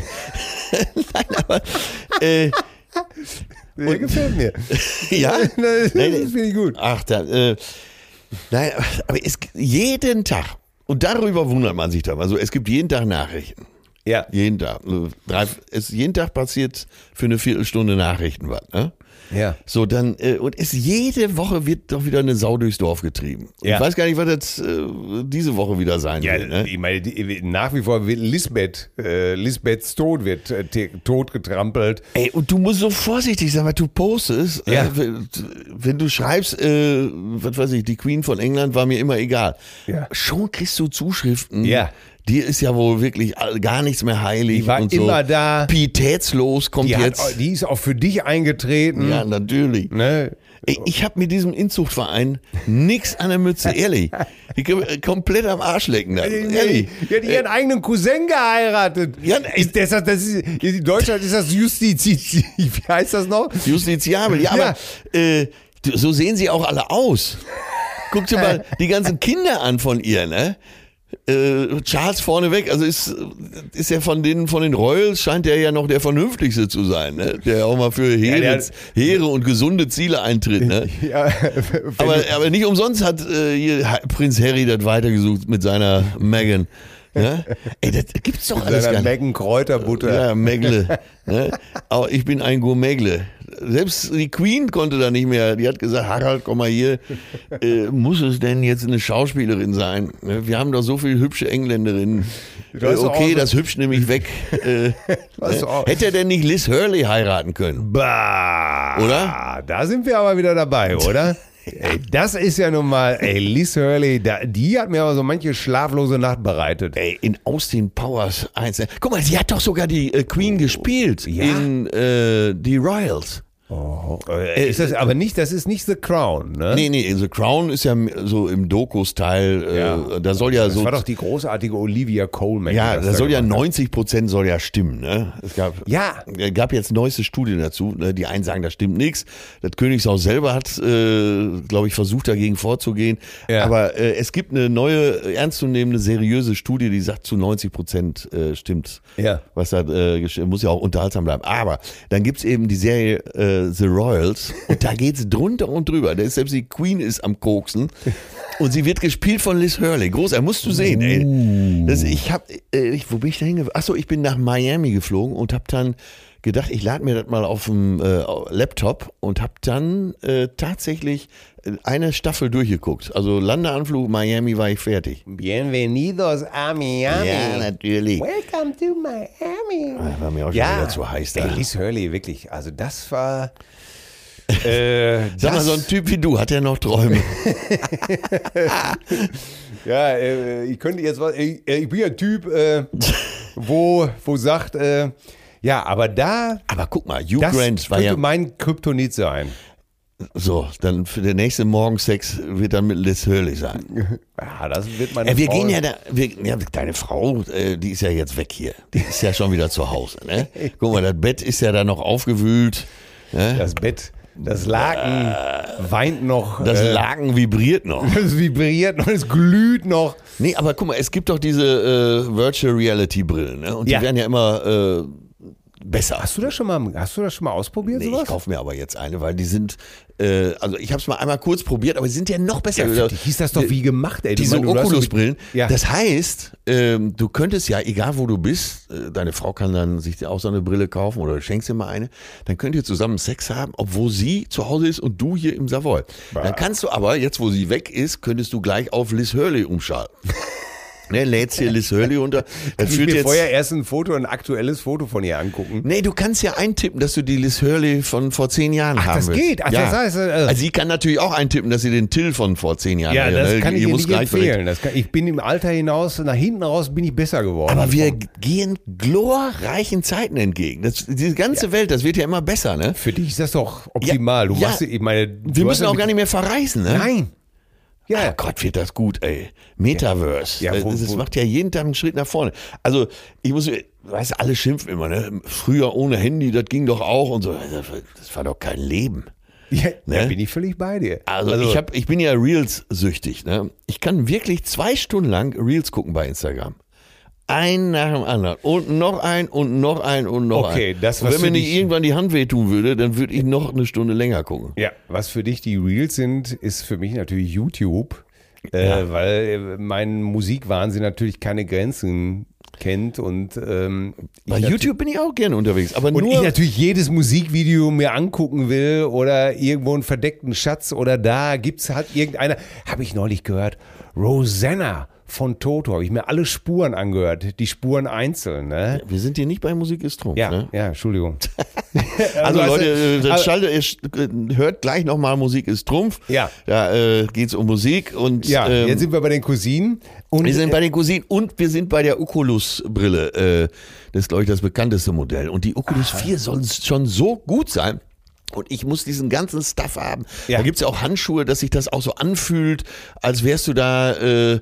Speaker 3: Nein,
Speaker 2: Der gefällt mir.
Speaker 3: (laughs) aber, äh, (laughs) ja?
Speaker 2: (laughs) das
Speaker 3: nee.
Speaker 2: finde ich gut.
Speaker 3: Ach, da, äh, Nein, aber es gibt jeden Tag, und darüber wundert man sich dann, also es gibt jeden Tag Nachrichten.
Speaker 2: Ja.
Speaker 3: Jeden Tag. Also Drei, es, jeden Tag passiert für eine Viertelstunde Nachrichten was, ne?
Speaker 2: Ja.
Speaker 3: So, dann, äh, und es jede Woche wird doch wieder eine Sau durchs Dorf getrieben. Und
Speaker 2: Ja.
Speaker 3: Ich weiß gar nicht, was jetzt äh, diese Woche wieder sein
Speaker 2: Ja,
Speaker 3: will, ne?
Speaker 2: Äh, ich meine, die, nach wie vor wird Lisbeth, äh, Lisbeths Tod wird äh, te- tot getrampelt.
Speaker 3: Ey, und du musst so vorsichtig sein, was du postest.
Speaker 2: Ja.
Speaker 3: Äh, wenn, wenn du schreibst, äh, was weiß ich, die Queen von England war mir immer egal.
Speaker 2: Ja.
Speaker 3: Schon kriegst du Zuschriften.
Speaker 2: Ja.
Speaker 3: Dir ist ja wohl wirklich all- gar nichts mehr heilig.
Speaker 2: Die war
Speaker 3: und so.
Speaker 2: immer da.
Speaker 3: Pietätslos kommt
Speaker 2: Die,
Speaker 3: jetzt.
Speaker 2: hat, die ist auch für dich eingetreten.
Speaker 3: ja, natürlich.
Speaker 2: Ne?
Speaker 3: Ey, Ich habe mit diesem Inzuchtverein nix an der Mütze, ehrlich. Ich bin äh, komplett am Arsch lecken. da, Ehrlich. Äh.
Speaker 2: Die hat ihren eigenen Cousin geheiratet.
Speaker 3: Ja, ne,
Speaker 2: ist das, das ist, in Deutschland ist das Justiz. (laughs) Wie heißt das noch?
Speaker 3: Justiziabel, ja, aber äh, du- so sehen sie auch alle aus. Guck dir mal die ganzen Kinder an von ihr, ne? Äh, Charles vorneweg, also ist, ist ja von denen, von den Royals scheint er ja noch der Vernünftigste zu sein, ne? Der auch mal für Heere,
Speaker 2: der hat-
Speaker 3: Heere und gesunde Ziele eintritt, ne?
Speaker 2: (laughs) Ja,
Speaker 3: Aber, aber nicht umsonst hat äh, hier Ha- Prinz Harry das weitergesucht mit seiner Meghan.
Speaker 2: (laughs)
Speaker 3: Ne? Ey, das gibt's doch alles
Speaker 2: seiner
Speaker 3: gar nicht.
Speaker 2: Mecken Kräuterbutter.
Speaker 3: Ja, Megle. ne? Aber ich bin ein Gourmegle. Selbst die Queen konnte da nicht mehr. Die hat gesagt, Harald, komm mal hier. Äh, muss es denn jetzt eine Schauspielerin sein? Ne? Wir haben doch so viele hübsche Engländerinnen.
Speaker 2: Du
Speaker 3: Äh,
Speaker 2: hast doch auch
Speaker 3: okay,
Speaker 2: so-
Speaker 3: das hübsch nehme ich weg.
Speaker 2: (laughs)
Speaker 3: Äh,
Speaker 2: hast
Speaker 3: ne?
Speaker 2: doch auch-
Speaker 3: Hätte er denn nicht Liz Hurley heiraten können?
Speaker 2: Bah,
Speaker 3: Oder?
Speaker 2: Da sind wir aber wieder dabei, oder?
Speaker 3: (laughs)
Speaker 2: Ey, das ist ja nun mal, ey, Liz Hurley, da, die hat mir aber so manche schlaflose Nacht bereitet.
Speaker 3: Ey, in Austin Powers 1. Guck mal, sie hat doch sogar die äh, Queen gespielt in äh, die Royals.
Speaker 2: Äh, ist das, aber nicht, das ist nicht The Crown, ne?
Speaker 3: Nee, nee, The Crown ist ja so im Dokus-Teil, äh,
Speaker 2: Ja.
Speaker 3: da soll ja
Speaker 2: Das
Speaker 3: so
Speaker 2: war doch die großartige Olivia Coleman. die
Speaker 3: Ja, das, soll
Speaker 2: da
Speaker 3: ja
Speaker 2: gemacht
Speaker 3: 90 Prozent soll ja stimmen. Ne? Es gab,
Speaker 2: Ja.
Speaker 3: äh, gab jetzt neueste Studien dazu. Ne? Die einen sagen, da stimmt nichts. Das Königshaus selber hat, äh, glaube ich, versucht dagegen vorzugehen.
Speaker 2: Ja.
Speaker 3: Aber äh, es gibt eine neue, äh, ernstzunehmende, seriöse Studie, die sagt, zu 90 Prozent äh, stimmt.
Speaker 2: Ja.
Speaker 3: Was da äh, gesch- muss ja auch unterhaltsam bleiben. Aber dann gibt's eben die Serie äh, The Royals und da geht's drunter und drüber. Da ist selbst die Queen ist am Koksen. Und sie wird gespielt von Liz Hurley. Groß, er musst du sehen, ey. Das, ich hab, äh, ich, wo bin ich da hingefahren? Achso, ich bin nach Miami geflogen und hab dann gedacht, ich lade mir das mal auf dem äh, Laptop und hab dann äh, tatsächlich eine Staffel durchgeguckt. Also Landeanflug Miami war ich fertig.
Speaker 2: hat. Bienvenidos a Miami.
Speaker 3: natürlich.
Speaker 2: Welcome to Miami.
Speaker 3: War mir auch schon wieder zu heiß da.
Speaker 2: Ey, Liz Hurley, wirklich. Also das (laughs) war. Äh,
Speaker 3: Sag mal, so ein Typ wie du, hat er noch Träume?
Speaker 2: Ja, äh, ich könnte jetzt was. Ich, äh, ich bin ja ein Typ, (laughs) äh, wo, wo sagt, äh, ja, aber da.
Speaker 3: (laughs) Aber guck mal, Hugh
Speaker 2: Das
Speaker 3: Grant war
Speaker 2: könnte
Speaker 3: ja
Speaker 2: mein Kryptonit sein.
Speaker 3: so, dann für den nächsten Morgen Sex wird dann mit Liz Hurley sein. (laughs)
Speaker 2: Ja, Ah, das wird meine
Speaker 3: Ja, wir
Speaker 2: Frau-
Speaker 3: gehen ja da, wir, ja, deine Frau, äh, die ist ja jetzt weg hier. Die ist ja schon wieder zu Hause. (laughs) Ne? Guck mal, das Bett ist ja da noch aufgewühlt. Ne?
Speaker 2: Das Bett, das Laken weint noch.
Speaker 3: Das
Speaker 2: äh,
Speaker 3: Laken vibriert (laughs) noch.
Speaker 2: (laughs) Es vibriert noch, es glüht noch.
Speaker 3: Nee, aber guck mal, es gibt doch diese äh, Virtual Reality Brillen. Ne? Und
Speaker 2: Ja.
Speaker 3: die werden ja immer äh, besser.
Speaker 2: Hast du das schon mal, hast du das schon mal ausprobiert,
Speaker 3: Nee, ich
Speaker 2: sowas?
Speaker 3: kaufe mir aber jetzt eine, weil die sind, äh, also ich habe es mal einmal kurz probiert, aber die sind ja noch besser. Also,
Speaker 2: Die hieß das doch wie gemacht, ey. Du
Speaker 3: Diese
Speaker 2: meinst, du hast doch
Speaker 3: Oculus-Brillen.
Speaker 2: mit- Ja.
Speaker 3: Das heißt, ähm, du könntest ja, egal wo du bist, äh, deine Frau kann dann sich auch so eine Brille kaufen oder du schenkst ihr mal eine, dann könnt ihr zusammen Sex haben, obwohl sie zu Hause ist und du hier im Savoy. Dann kannst du aber, jetzt wo sie weg ist, könntest du gleich auf Liz
Speaker 2: (laughs)
Speaker 3: Hurley umschalten. ne, lädst dir Liz Hurley unter. Das
Speaker 2: ich
Speaker 3: führt
Speaker 2: mir
Speaker 3: jetzt,
Speaker 2: vorher erst ein Foto, ein aktuelles Foto von ihr angucken.
Speaker 3: Nee, du kannst ja eintippen, dass du die Liz Hurley von vor zehn Jahren haben
Speaker 2: das
Speaker 3: willst.
Speaker 2: geht. Ach,
Speaker 3: ja.
Speaker 2: das heißt, äh,
Speaker 3: also sie kann natürlich auch eintippen, dass sie den Till von vor zehn Jahren
Speaker 2: Ja,
Speaker 3: will,
Speaker 2: das
Speaker 3: ne?
Speaker 2: kann ich
Speaker 3: Ihr
Speaker 2: dir
Speaker 3: muss
Speaker 2: nicht
Speaker 3: gleich
Speaker 2: empfehlen. Das kann, ich bin im Alter hinaus, nach hinten raus bin ich besser geworden.
Speaker 3: Aber wir gehen glorreichen Zeiten entgegen. Das, diese ganze Welt, das wird ja immer besser, ne?
Speaker 2: Für dich ist das doch optimal. du
Speaker 3: ja.
Speaker 2: machst, ich meine, du
Speaker 3: Wir
Speaker 2: hast
Speaker 3: müssen
Speaker 2: ja
Speaker 3: auch
Speaker 2: mit-
Speaker 3: gar nicht mehr verreisen, ne?
Speaker 2: Nein. Ja,
Speaker 3: Oh Gott, wird das gut, ey. Metaverse.
Speaker 2: Ja,
Speaker 3: Ja,
Speaker 2: wo-
Speaker 3: das, das
Speaker 2: wo-
Speaker 3: macht ja jeden Tag einen Schritt nach vorne. Also, ich muss, weißt du, alle schimpfen immer, ne? Früher ohne Handy, das ging doch auch und so. Das war doch kein Leben.
Speaker 2: ja da
Speaker 3: ne?
Speaker 2: bin ich völlig bei dir.
Speaker 3: Also, ich, hab, ich bin ja Reels-süchtig. Ne? Ich kann wirklich zwei Stunden lang Reels gucken bei Instagram. Ein nach dem anderen. Und noch ein und noch ein und noch
Speaker 2: Okay,
Speaker 3: ein.
Speaker 2: das,
Speaker 3: und
Speaker 2: was
Speaker 3: wenn mir
Speaker 2: für
Speaker 3: nicht
Speaker 2: dich-
Speaker 3: irgendwann die Hand wehtun würde, dann würde ich noch eine Stunde länger gucken.
Speaker 2: Ja, was für dich die Reels sind, ist für mich natürlich YouTube, äh, weil äh, mein Musikwahnsinn natürlich keine Grenzen kennt und ähm, ich
Speaker 3: Bei
Speaker 2: natu-
Speaker 3: YouTube bin ich auch gerne unterwegs, aber
Speaker 2: und ich
Speaker 3: nur
Speaker 2: natürlich jedes Musikvideo mir angucken will oder irgendwo einen verdeckten Schatz oder da gibt's halt irgendeiner, habe ich neulich gehört, Rosanna von Toto, habe ich mir alle Spuren angehört, die Spuren einzeln, ne?
Speaker 3: wir sind hier nicht bei Musik ist Trumpf.
Speaker 2: Ja,
Speaker 3: ne?
Speaker 2: ja, Entschuldigung. weißt
Speaker 3: Also
Speaker 2: du,
Speaker 3: Leute, äh, dann
Speaker 2: aber-
Speaker 3: schaltet, ihr sch- äh, hört gleich nochmal Musik ist Trumpf.
Speaker 2: Ja.
Speaker 3: Da äh, geht's um Musik und
Speaker 2: Ja,
Speaker 3: ähm,
Speaker 2: jetzt sind wir bei den Cousinen und
Speaker 3: wir sind bei den Cousinen und wir sind bei der Oculus-Brille. Äh, das ist, glaube ich, das bekannteste Modell. Und die Oculus 4 soll schon so gut sein. Und ich muss diesen ganzen Stuff haben.
Speaker 2: Ja.
Speaker 3: Da gibt's ja auch Handschuhe, dass sich das auch so anfühlt, als wärst du da. Äh,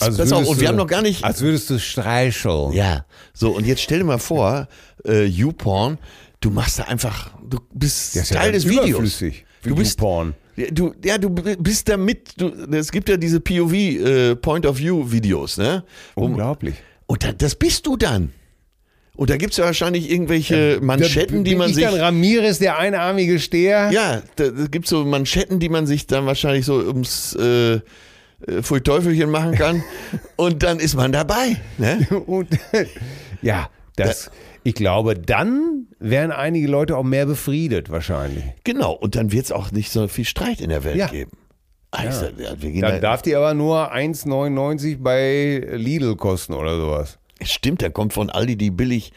Speaker 2: Als
Speaker 3: das auch,
Speaker 2: würdest
Speaker 3: und
Speaker 2: du-
Speaker 3: wir haben noch gar nicht.
Speaker 2: Als würdest du streicheln.
Speaker 3: Ja, so und jetzt stell dir mal vor, äh, YouPorn, du machst da einfach, du bist
Speaker 2: Das ist ja
Speaker 3: Teil des Videos.
Speaker 2: überflüssig, wie
Speaker 3: Du bist
Speaker 2: YouPorn.
Speaker 3: Ja, Du, ja, du b- bist da mit. Du, es gibt ja diese POV, äh, Point of View Videos, ne? Wo-
Speaker 2: Unglaublich.
Speaker 3: Und da, das bist du dann. Und da gibt's ja wahrscheinlich irgendwelche Manschetten,
Speaker 2: Da
Speaker 3: die
Speaker 2: bin
Speaker 3: man
Speaker 2: ich
Speaker 3: sich.
Speaker 2: Dann Ramirez, der einarmige Steher.
Speaker 3: Ja, da, da gibt's so Manschetten, die man sich dann wahrscheinlich so ums äh, äh, Pfui Teufelchen
Speaker 2: (laughs)
Speaker 3: machen kann. und dann ist man dabei, ne?
Speaker 2: Und, (laughs) ja, das. Ich glaube, dann wären einige Leute auch mehr befriedet wahrscheinlich.
Speaker 3: Genau, und dann wird es auch nicht so viel Streit in der Welt
Speaker 2: Ja.
Speaker 3: geben. Also, ja. wir gehen
Speaker 2: Dann
Speaker 3: da,
Speaker 2: darf die aber nur 1,99 bei Lidl kosten oder sowas.
Speaker 3: stimmt, da kommt von Aldi die billig,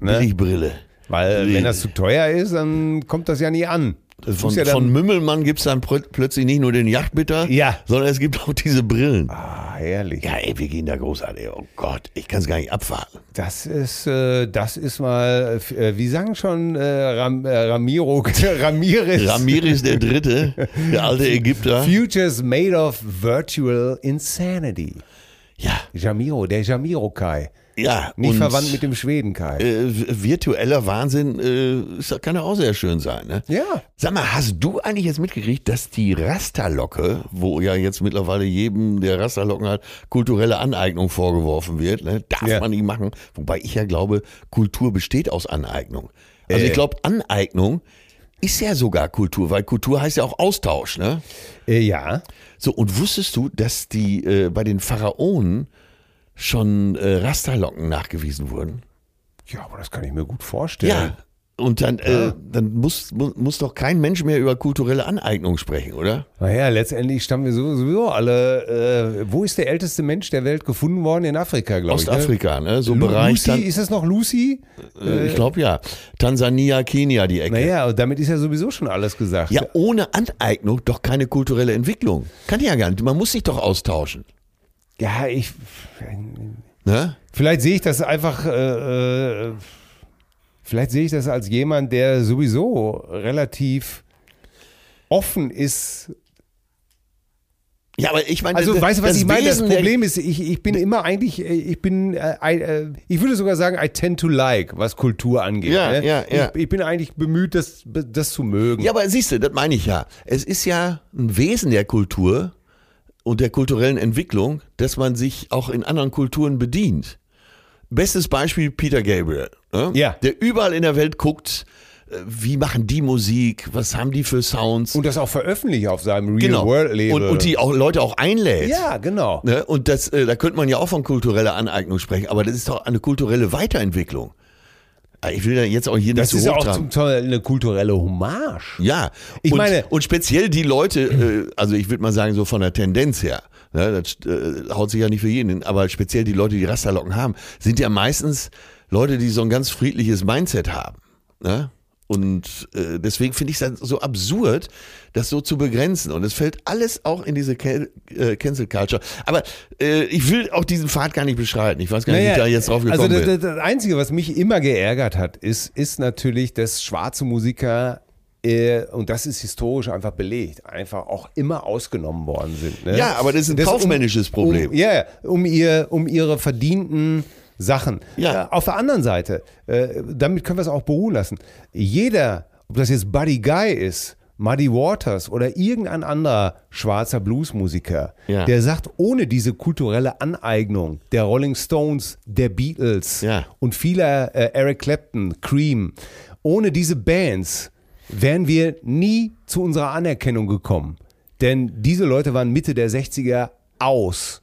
Speaker 2: Ne?
Speaker 3: Billigbrille.
Speaker 2: Weil
Speaker 3: Nee. Äh,
Speaker 2: wenn das zu teuer ist, dann kommt das ja nie an. Das
Speaker 3: Von,
Speaker 2: muss ja dann,
Speaker 3: von Mümmelmann gibt es dann prö- plötzlich nicht nur den Yachtbitter,
Speaker 2: Ja.
Speaker 3: sondern es gibt auch diese Brillen.
Speaker 2: ah, herrlich.
Speaker 3: Ja, ey, wir gehen da großartig. Oh Gott, ich kann es gar nicht abwarten.
Speaker 2: Das ist, äh, das ist mal, äh, wie sagen schon äh, Ram, äh, Ramiro, (laughs) Ramirez.
Speaker 3: Ramirez der Dritte, der alte Ägypter.
Speaker 2: Futures made of virtual insanity.
Speaker 3: Ja,
Speaker 2: Jamiro, der Jamiro Kai.
Speaker 3: ja.
Speaker 2: Nicht
Speaker 3: und,
Speaker 2: verwandt mit dem Schweden Kai.
Speaker 3: Äh, virtueller Wahnsinn äh, ist- kann ja auch sehr schön sein, ne?
Speaker 2: Ja.
Speaker 3: Sag mal, hast du eigentlich jetzt mitgekriegt, dass die Rasterlocke, wo ja jetzt mittlerweile jedem, der Rasterlocken hat, kulturelle Aneignung vorgeworfen wird, ne? darf
Speaker 2: Ja.
Speaker 3: man nicht machen. Wobei ich ja glaube, Kultur besteht aus Aneignung. Also
Speaker 2: Äh.
Speaker 3: ich glaube, Aneignung ist ja sogar Kultur, weil Kultur heißt ja auch Austausch. Ne?
Speaker 2: Äh, ja.
Speaker 3: So, und wusstest du, dass die äh, bei den Pharaonen schon äh, Rasterlocken nachgewiesen wurden?
Speaker 2: Ja, aber das kann ich mir gut
Speaker 3: Ja.
Speaker 2: vorstellen.
Speaker 3: Und dann, äh, dann muss, muss, muss doch kein Mensch mehr über kulturelle Aneignung sprechen, oder?
Speaker 2: Naja, letztendlich stammen wir sowieso- sowieso alle. Äh, wo ist der älteste Mensch der Welt gefunden worden? In Afrika, glaube ich. ne?
Speaker 3: Ostafrika, ne? So
Speaker 2: Lu-
Speaker 3: Bereich
Speaker 2: Lucy,
Speaker 3: Tan
Speaker 2: ist das noch Lucy?
Speaker 3: äh, ich glaube ja. Tansania, Kenia, die Ecke.
Speaker 2: Naja, und damit ist ja sowieso schon alles gesagt.
Speaker 3: Ja, ohne Aneignung doch keine kulturelle Entwicklung. Kann ja gar nicht. Man muss sich doch austauschen.
Speaker 2: ja ich.
Speaker 3: Ne?
Speaker 2: Vielleicht sehe ich das einfach. Äh, äh, vielleicht sehe ich das als jemand, der sowieso relativ offen ist
Speaker 3: Ja, aber ich meine,
Speaker 2: Also,
Speaker 3: das-
Speaker 2: weißt du, was
Speaker 3: das
Speaker 2: ich meine? Das
Speaker 3: Wesen der-
Speaker 2: Problem ist, ich, ich bin immer eigentlich, äh, ich bin, äh, I, äh, ich würde sogar sagen, I tend to like, was Kultur angeht.
Speaker 3: Ja,
Speaker 2: ne?
Speaker 3: ja, ja.
Speaker 2: Ich, ich bin eigentlich bemüht, das, das zu mögen.
Speaker 3: Ja, aber siehst du, das meine ich ja. Es ist ja ein Wesen der Kultur und der kulturellen Entwicklung, dass man sich auch in anderen Kulturen bedient. Bestes Beispiel Peter Gabriel, ne?
Speaker 2: Ja.
Speaker 3: der überall in der Welt guckt, äh, wie machen die Musik, was haben die für Sounds.
Speaker 2: Und das auch veröffentliche auf seinem
Speaker 3: genau.
Speaker 2: Real-World-Leben.
Speaker 3: und, und die auch Leute auch einlädt.
Speaker 2: Ja, genau.
Speaker 3: Ne? Und das, äh, da könnte man ja auch von kultureller Aneignung sprechen, aber das ist doch eine kulturelle Weiterentwicklung. Ah, Ich will ja jetzt auch hier
Speaker 2: Das
Speaker 3: nicht
Speaker 2: ist
Speaker 3: so
Speaker 2: ja auch zum
Speaker 3: hochtragen.
Speaker 2: Teil eine kulturelle Hommage.
Speaker 3: Ja,
Speaker 2: Ich
Speaker 3: und,
Speaker 2: meine-
Speaker 3: und speziell die Leute, äh, also ich würde mal sagen, so von der Tendenz her, ne, das äh, haut sich ja nicht für jeden hin, aber speziell die Leute, die Rasterlocken haben, sind ja meistens Leute, die so ein ganz friedliches Mindset haben. Ne? Und äh, deswegen finde ich es so absurd, das so zu begrenzen. Und es fällt alles auch in diese Kel äh, Cancel Culture. Aber äh, ich will auch diesen Pfad gar nicht beschreiten. Ich weiß gar nicht, wie ich da jetzt drauf gekommen
Speaker 2: also das,
Speaker 3: bin.
Speaker 2: das, das Einzige, was mich immer geärgert hat, ist, ist natürlich, dass schwarze Musiker, äh, und das ist historisch einfach belegt, einfach auch immer ausgenommen worden sind. Ne?
Speaker 3: Ja, aber das ist ein
Speaker 2: um-
Speaker 3: kaufmännisches Problem.
Speaker 2: Um, ja, ja, um, ihr, um ihre verdienten Sachen. Äh,
Speaker 3: Ja.
Speaker 2: Auf der anderen Seite, äh, damit können wir es auch beruhen lassen. Jeder, ob das jetzt Buddy Guy ist, Muddy Waters oder irgendein anderer schwarzer Bluesmusiker,
Speaker 3: Ja.
Speaker 2: der sagt, ohne diese kulturelle Aneignung der Rolling Stones, der Beatles
Speaker 3: Ja.
Speaker 2: und vieler äh, Eric Clapton, Cream, ohne diese Bands wären wir nie zu unserer Anerkennung gekommen. Denn diese Leute waren Mitte der 60er aus.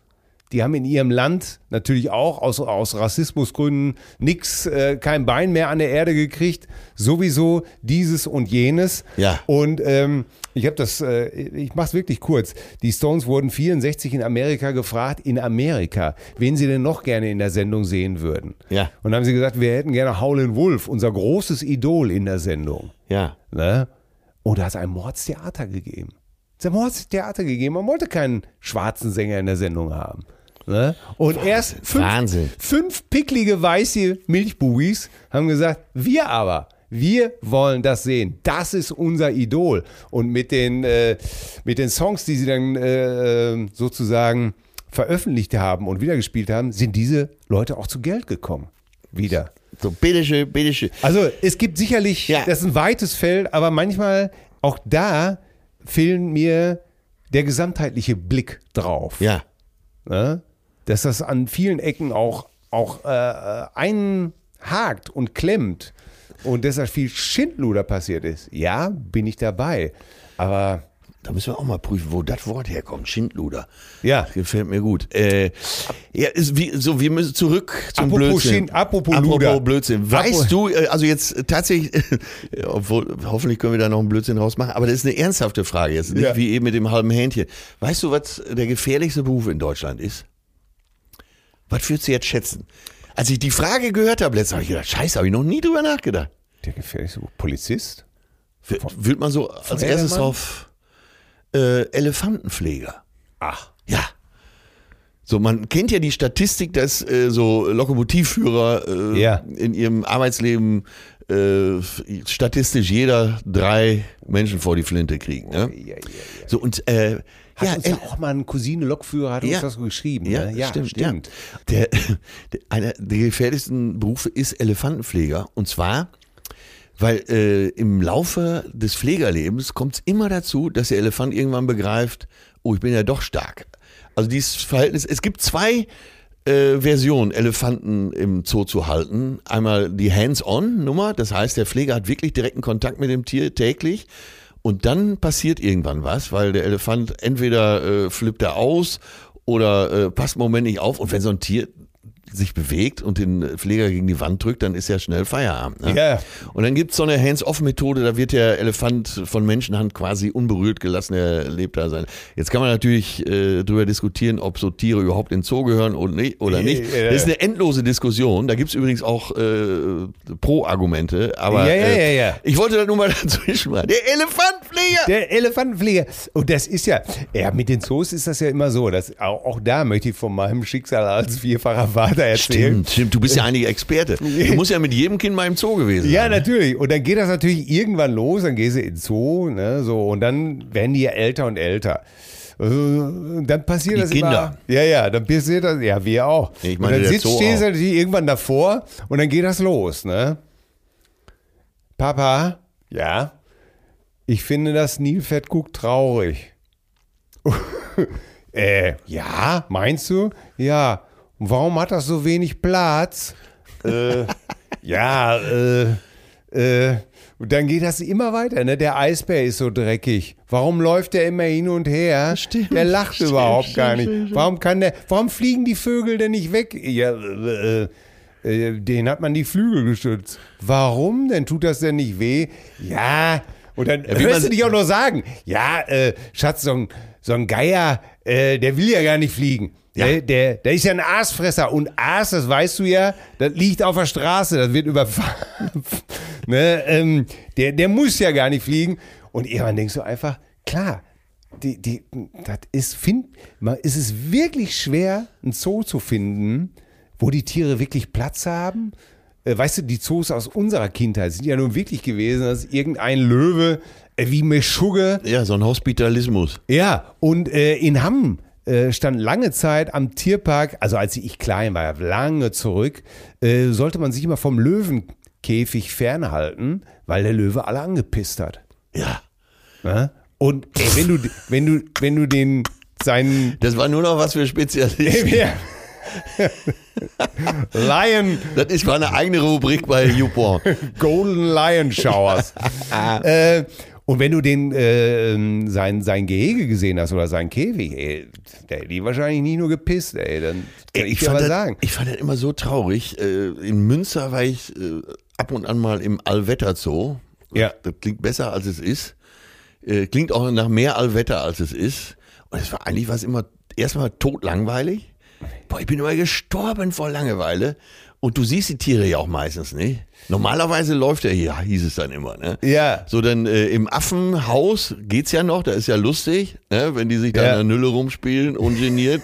Speaker 2: Die haben in ihrem Land natürlich auch aus, aus Rassismusgründen nix, äh, kein Bein mehr an der Erde gekriegt. Sowieso dieses und jenes.
Speaker 3: Ja.
Speaker 2: Und ähm, ich habe das, äh, ich mach's wirklich kurz. Die Stones wurden 64 in Amerika gefragt, in Amerika, wen sie denn noch gerne in der Sendung sehen würden.
Speaker 3: Ja.
Speaker 2: Und dann haben sie gesagt, wir hätten gerne Howlin' Wolf, unser großes Idol in der Sendung.
Speaker 3: Ja.
Speaker 2: Ne? Und da hat es ein Mordstheater gegeben. Es hat ein Mordstheater gegeben. Man wollte keinen schwarzen Sänger in der Sendung haben. Ne? Und erst fünf,
Speaker 3: Wahnsinn.
Speaker 2: fünf picklige weiße Milchbubis haben gesagt, wir aber, wir wollen das sehen. Das ist unser Idol. Und mit den, äh, mit den Songs, die sie dann äh, äh, sozusagen veröffentlicht haben und wiedergespielt haben, sind diese Leute auch zu Geld gekommen. Wieder.
Speaker 3: So, bitteschön, bitteschön.
Speaker 2: Also es gibt sicherlich,
Speaker 3: Ja.
Speaker 2: das ist ein weites Feld, aber manchmal auch da fehlen mir der gesamtheitliche Blick drauf.
Speaker 3: Ja.
Speaker 2: Ne? Dass das an vielen Ecken auch, auch äh, einhakt und klemmt und deshalb viel Schindluder passiert ist. Ja, bin ich dabei. Aber
Speaker 3: Da müssen wir auch mal prüfen, wo das Wort herkommt. Schindluder.
Speaker 2: ja.
Speaker 3: Gefällt mir gut. Äh, ja, ist wie, so, wir müssen zurück zum
Speaker 2: Apropos
Speaker 3: Blödsinn.
Speaker 2: Schind- apropos Luder.
Speaker 3: Blödsinn. Weißt
Speaker 2: Apro-
Speaker 3: du, äh, also jetzt äh, tatsächlich, (laughs) äh, obwohl, hoffentlich können wir da noch einen Blödsinn rausmachen, aber das ist eine ernsthafte Frage jetzt, nicht
Speaker 2: Ja.
Speaker 3: wie eben mit dem halben Hähnchen. Weißt du, was der gefährlichste Beruf in Deutschland ist? Was würdest du jetzt schätzen? Als ich die Frage gehört habe letztens, habe ich gedacht, scheiße, habe ich noch nie drüber nachgedacht.
Speaker 2: Der gefährlichste Polizist?
Speaker 3: W- Würde man so als
Speaker 2: Feuerwehrmann?
Speaker 3: erstes drauf äh, Elefantenpfleger.
Speaker 2: Ach.
Speaker 3: Ja. So, man kennt ja die Statistik, dass äh, so Lokomotivführer äh,
Speaker 2: Ja.
Speaker 3: in ihrem Arbeitsleben äh, statistisch jeder drei Menschen vor die Flinte kriegen. Ne?
Speaker 2: Ja, ja, ja.
Speaker 3: So und äh,
Speaker 2: Hat
Speaker 3: ja,
Speaker 2: uns
Speaker 3: El-
Speaker 2: ja auch mal ein Cousine-Lokführer hat
Speaker 3: Ja.
Speaker 2: uns das so geschrieben.
Speaker 3: ja,
Speaker 2: ne? ja
Speaker 3: stimmt. Ja. Der, (laughs) der, einer der gefährlichsten Berufe ist Elefantenpfleger. Und zwar, weil äh, im Laufe des Pflegerlebens kommt es immer dazu, dass der Elefant irgendwann begreift, oh, ich bin ja doch stark. Also dieses Verhältnis, es gibt zwei äh, Versionen, Elefanten im Zoo zu halten. Einmal die Hands-on-Nummer, das heißt, der Pfleger hat wirklich direkten Kontakt mit dem Tier täglich. Und dann passiert irgendwann was, weil der Elefant entweder äh, flippt er aus oder äh, passt im Moment nicht auf. Und wenn so ein Tier sich bewegt und den Pfleger gegen die Wand drückt, dann ist ja schnell Feierabend. Ne?
Speaker 2: Ja.
Speaker 3: Und dann gibt's so eine Hands-off-Methode, da wird der Elefant von Menschenhand quasi unberührt gelassen, er lebt da sein. Jetzt kann man natürlich äh, drüber diskutieren, ob so Tiere überhaupt in den Zoo gehören und nicht, oder nicht.
Speaker 2: Ja, ja.
Speaker 3: Das ist eine endlose Diskussion, da gibt's übrigens auch äh, Pro-Argumente, aber
Speaker 2: Ja, ja,
Speaker 3: äh,
Speaker 2: ja, ja.
Speaker 3: ich wollte da nur mal (laughs) dazwischen machen. Der Elefantpfleger!
Speaker 2: Der Elefantenpfleger. Und das ist ja, ja, mit den Zoos ist das ja immer so. Dass, auch, auch da möchte ich von meinem Schicksal als vierfacher Vater erzählen.
Speaker 3: Stimmt, stimmt, du bist ja eigentlich Experte. Du musst ja mit jedem Kind mal im Zoo gewesen sein.
Speaker 2: Ja, natürlich. Und dann geht das natürlich irgendwann los, dann gehst du in den Zoo, ne, so, und dann werden die ja älter und älter. Äh, und Dann passiert
Speaker 3: Die
Speaker 2: das
Speaker 3: Kinder.
Speaker 2: immer. Ja, ja, dann passiert das, ja, wir auch.
Speaker 3: Ich
Speaker 2: und
Speaker 3: meine,
Speaker 2: dann
Speaker 3: der
Speaker 2: sitzt,
Speaker 3: Zoo
Speaker 2: stehst du
Speaker 3: auch.
Speaker 2: natürlich irgendwann davor und dann geht das los, ne? Papa, ja, ich finde das Nilpferdkuck traurig. äh, ja, meinst du? Ja. Und warum hat das so wenig Platz?
Speaker 3: (laughs)
Speaker 2: äh, ja, äh, äh, und dann geht das immer weiter, ne? Der Eisbär ist so dreckig. Warum läuft der immer hin und her?
Speaker 3: Stimmt,
Speaker 2: der lacht
Speaker 3: stimmt,
Speaker 2: überhaupt gar
Speaker 3: stimmt,
Speaker 2: nicht.
Speaker 3: stimmt, stimmt.
Speaker 2: Warum kann der, warum fliegen die Vögel denn nicht weg? Ja, äh, äh, den hat man die Flügel gestützt. Warum denn? Tut das denn nicht weh? Ja, und dann
Speaker 3: wie
Speaker 2: hörst
Speaker 3: man-
Speaker 2: du dich auch noch sagen, ja, äh, Schatz, so ein, so ein Geier, äh, der will ja gar nicht fliegen.
Speaker 3: Ja.
Speaker 2: Der, der, der ist ja ein Aasfresser und Aas, das weißt du ja, das liegt auf der Straße, das wird überfahren. (laughs) ne, ähm, der, der muss ja gar nicht fliegen. Und irgendwann denkst du einfach, klar, die, die, das ist, find, man, ist es ist wirklich schwer, ein Zoo zu finden, wo die Tiere wirklich Platz haben. Äh, Weißt du, die Zoos aus unserer Kindheit sind ja nun wirklich gewesen, dass irgendein Löwe äh, wie Meschugge
Speaker 3: Ja, so ein Hospitalismus.
Speaker 2: ja, und äh, in Hamm äh, stand lange Zeit am Tierpark, also als ich klein war, lange zurück, äh, sollte man sich immer vom Löwenkäfig fernhalten, weil der Löwe alle angepisst hat.
Speaker 3: Ja.
Speaker 2: Ne? Und ey, wenn du, wenn du, wenn du den
Speaker 3: (laughs)
Speaker 2: seinen (laughs)
Speaker 3: Das war nur noch was für Spezialisten.
Speaker 2: Lion,
Speaker 3: Das ist war eine eigene Rubrik bei YouPorn.
Speaker 2: (laughs) Golden Lion
Speaker 3: (laughs)
Speaker 2: Showers. äh, und wenn du den äh, sein, sein Gehege gesehen hast oder sein Käfig, ey, der hätte die wahrscheinlich nie nur gepisst, ey. Dann kann ich, dir
Speaker 3: fand
Speaker 2: mal
Speaker 3: das,
Speaker 2: sagen.
Speaker 3: ich fand das immer so traurig. Äh, In Münster war ich äh, ab und an mal im Allwetterzoo.
Speaker 2: Ja.
Speaker 3: Das klingt besser, als es ist. Äh, Klingt auch nach mehr Allwetter, als es ist. Und es war eigentlich was immer erstmal totlangweilig. Boah, ich bin immer gestorben vor Langeweile. Und du siehst die Tiere ja auch meistens nicht. Normalerweise läuft er hier, hieß es dann immer. Ne?
Speaker 2: Ja.
Speaker 3: So, dann äh, im Affenhaus geht's ja noch, da ist ja lustig, ne? wenn die sich da
Speaker 2: Ja.
Speaker 3: in der Nülle rumspielen, ungeniert.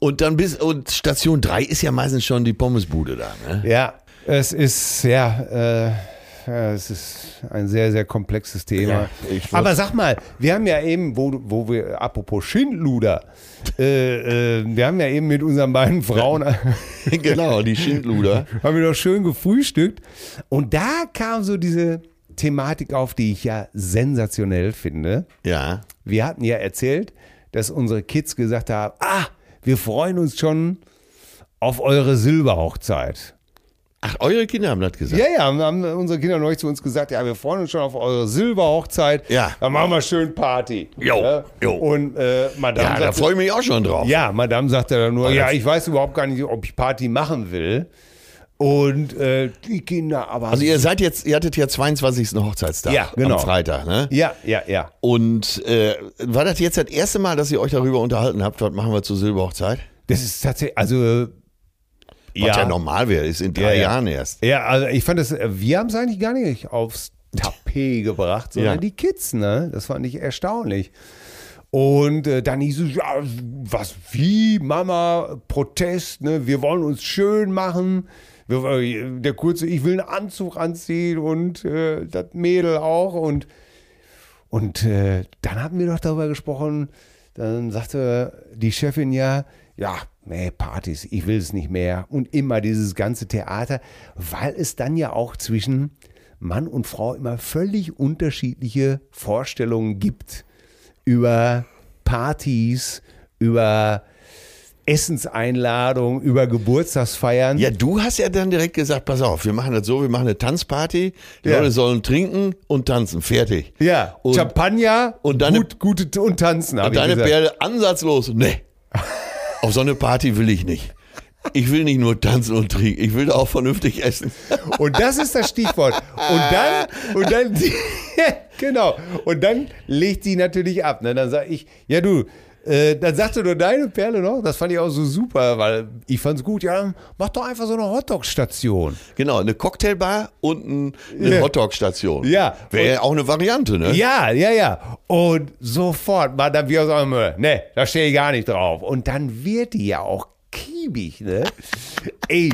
Speaker 3: Und dann bis und Station 3 ist ja meistens schon die Pommesbude da,
Speaker 2: (laughs)
Speaker 3: ne?
Speaker 2: Ja, es ist, ja, äh, ja, es ist ein sehr, sehr komplexes Thema.
Speaker 3: Ja, ich wollt-
Speaker 2: Aber sag mal, wir haben ja eben, wo, du- wo wir, apropos Schindluder, äh, äh, wir haben ja eben mit unseren beiden
Speaker 3: (laughs)
Speaker 2: Frauen,
Speaker 3: genau, die Schindluder.
Speaker 2: haben wir doch schön gefrühstückt. Und da kam so diese Thematik auf, die ich ja sensationell finde.
Speaker 3: Ja.
Speaker 2: Wir hatten ja erzählt, dass unsere Kids gesagt haben, ah, wir freuen uns schon auf eure Silberhochzeit.
Speaker 3: Ach, eure Kinder haben das gesagt.
Speaker 2: Ja, ja, haben, haben unsere Kinder neulich zu uns gesagt, ja, wir freuen uns schon auf eure Silberhochzeit.
Speaker 3: Ja.
Speaker 2: Dann machen wir schön Party.
Speaker 3: Jo,
Speaker 2: ja?
Speaker 3: jo.
Speaker 2: Und äh, Madame
Speaker 3: Ja, da
Speaker 2: sagte,
Speaker 3: freue ich mich auch schon drauf.
Speaker 2: ja, Madame sagte dann nur, ja,
Speaker 3: das-
Speaker 2: ich weiß überhaupt gar nicht, ob ich Party machen will. Und äh, die Kinder aber.
Speaker 3: Also ihr seid jetzt, ihr hattet ja 22. Hochzeitstag
Speaker 2: Ja, genau.
Speaker 3: am Freitag, ne?
Speaker 2: ja, ja, ja.
Speaker 3: Und äh, war das jetzt das erste Mal, dass ihr euch darüber unterhalten habt, was machen wir zur Silberhochzeit?
Speaker 2: Das ist tatsächlich, also.
Speaker 3: Was ja, normal wäre, ist in drei
Speaker 2: Ja, ja.
Speaker 3: Jahren erst.
Speaker 2: Ja, also ich fand das, äh, wir haben es eigentlich gar nicht aufs Tapet gebracht, sondern
Speaker 3: Ja.
Speaker 2: die Kids, ne? Das fand ich erstaunlich. Und äh, dann hieß es, ja, was wie, Mama, Protest, ne? Wir wollen uns schön machen. Wir, äh, der kurze, ich will einen Anzug anziehen und äh, das Mädel auch. Und, und äh, dann hatten wir doch darüber gesprochen, dann sagte die Chefin ja, ja, nee, Partys, ich will es nicht mehr. Und immer dieses ganze Theater, weil es dann ja auch zwischen Mann und Frau immer völlig unterschiedliche Vorstellungen gibt über Partys, über Essenseinladungen, über Geburtstagsfeiern.
Speaker 3: Ja, du hast ja dann direkt gesagt, pass auf, wir machen das so, wir machen eine Tanzparty, die
Speaker 2: Ja.
Speaker 3: Leute sollen trinken und tanzen, fertig.
Speaker 2: Ja,
Speaker 3: Und-
Speaker 2: Champagner
Speaker 3: und deine-
Speaker 2: gut, gute und tanzen. hab
Speaker 3: Und
Speaker 2: ich
Speaker 3: deine
Speaker 2: gesagt.
Speaker 3: Perle ansatzlos,
Speaker 2: (laughs)
Speaker 3: nee, auf so eine Party will ich nicht. Ich will nicht nur tanzen und trinken, ich will da auch
Speaker 2: (laughs)
Speaker 3: vernünftig essen.
Speaker 2: Und das ist das Stichwort. Und dann, und dann, (laughs) genau. Und dann legt die natürlich ab. Ne? Dann sage ich, ja du, äh, dann sagst du nur deine Perle noch. Das fand ich auch so super, weil ich fand's gut. Ja, dann mach doch einfach so eine Hotdog-Station.
Speaker 3: Genau, eine Cocktailbar und ein, eine
Speaker 2: Ja.
Speaker 3: Hotdog-Station.
Speaker 2: Ja.
Speaker 3: Wäre ja auch eine Variante, ne?
Speaker 2: Ja, ja, ja. Und sofort war dann wie aus einem, äh, ne, da stehe ich gar nicht drauf. Und dann wird die ja auch kiebig, ne? (laughs) Ey,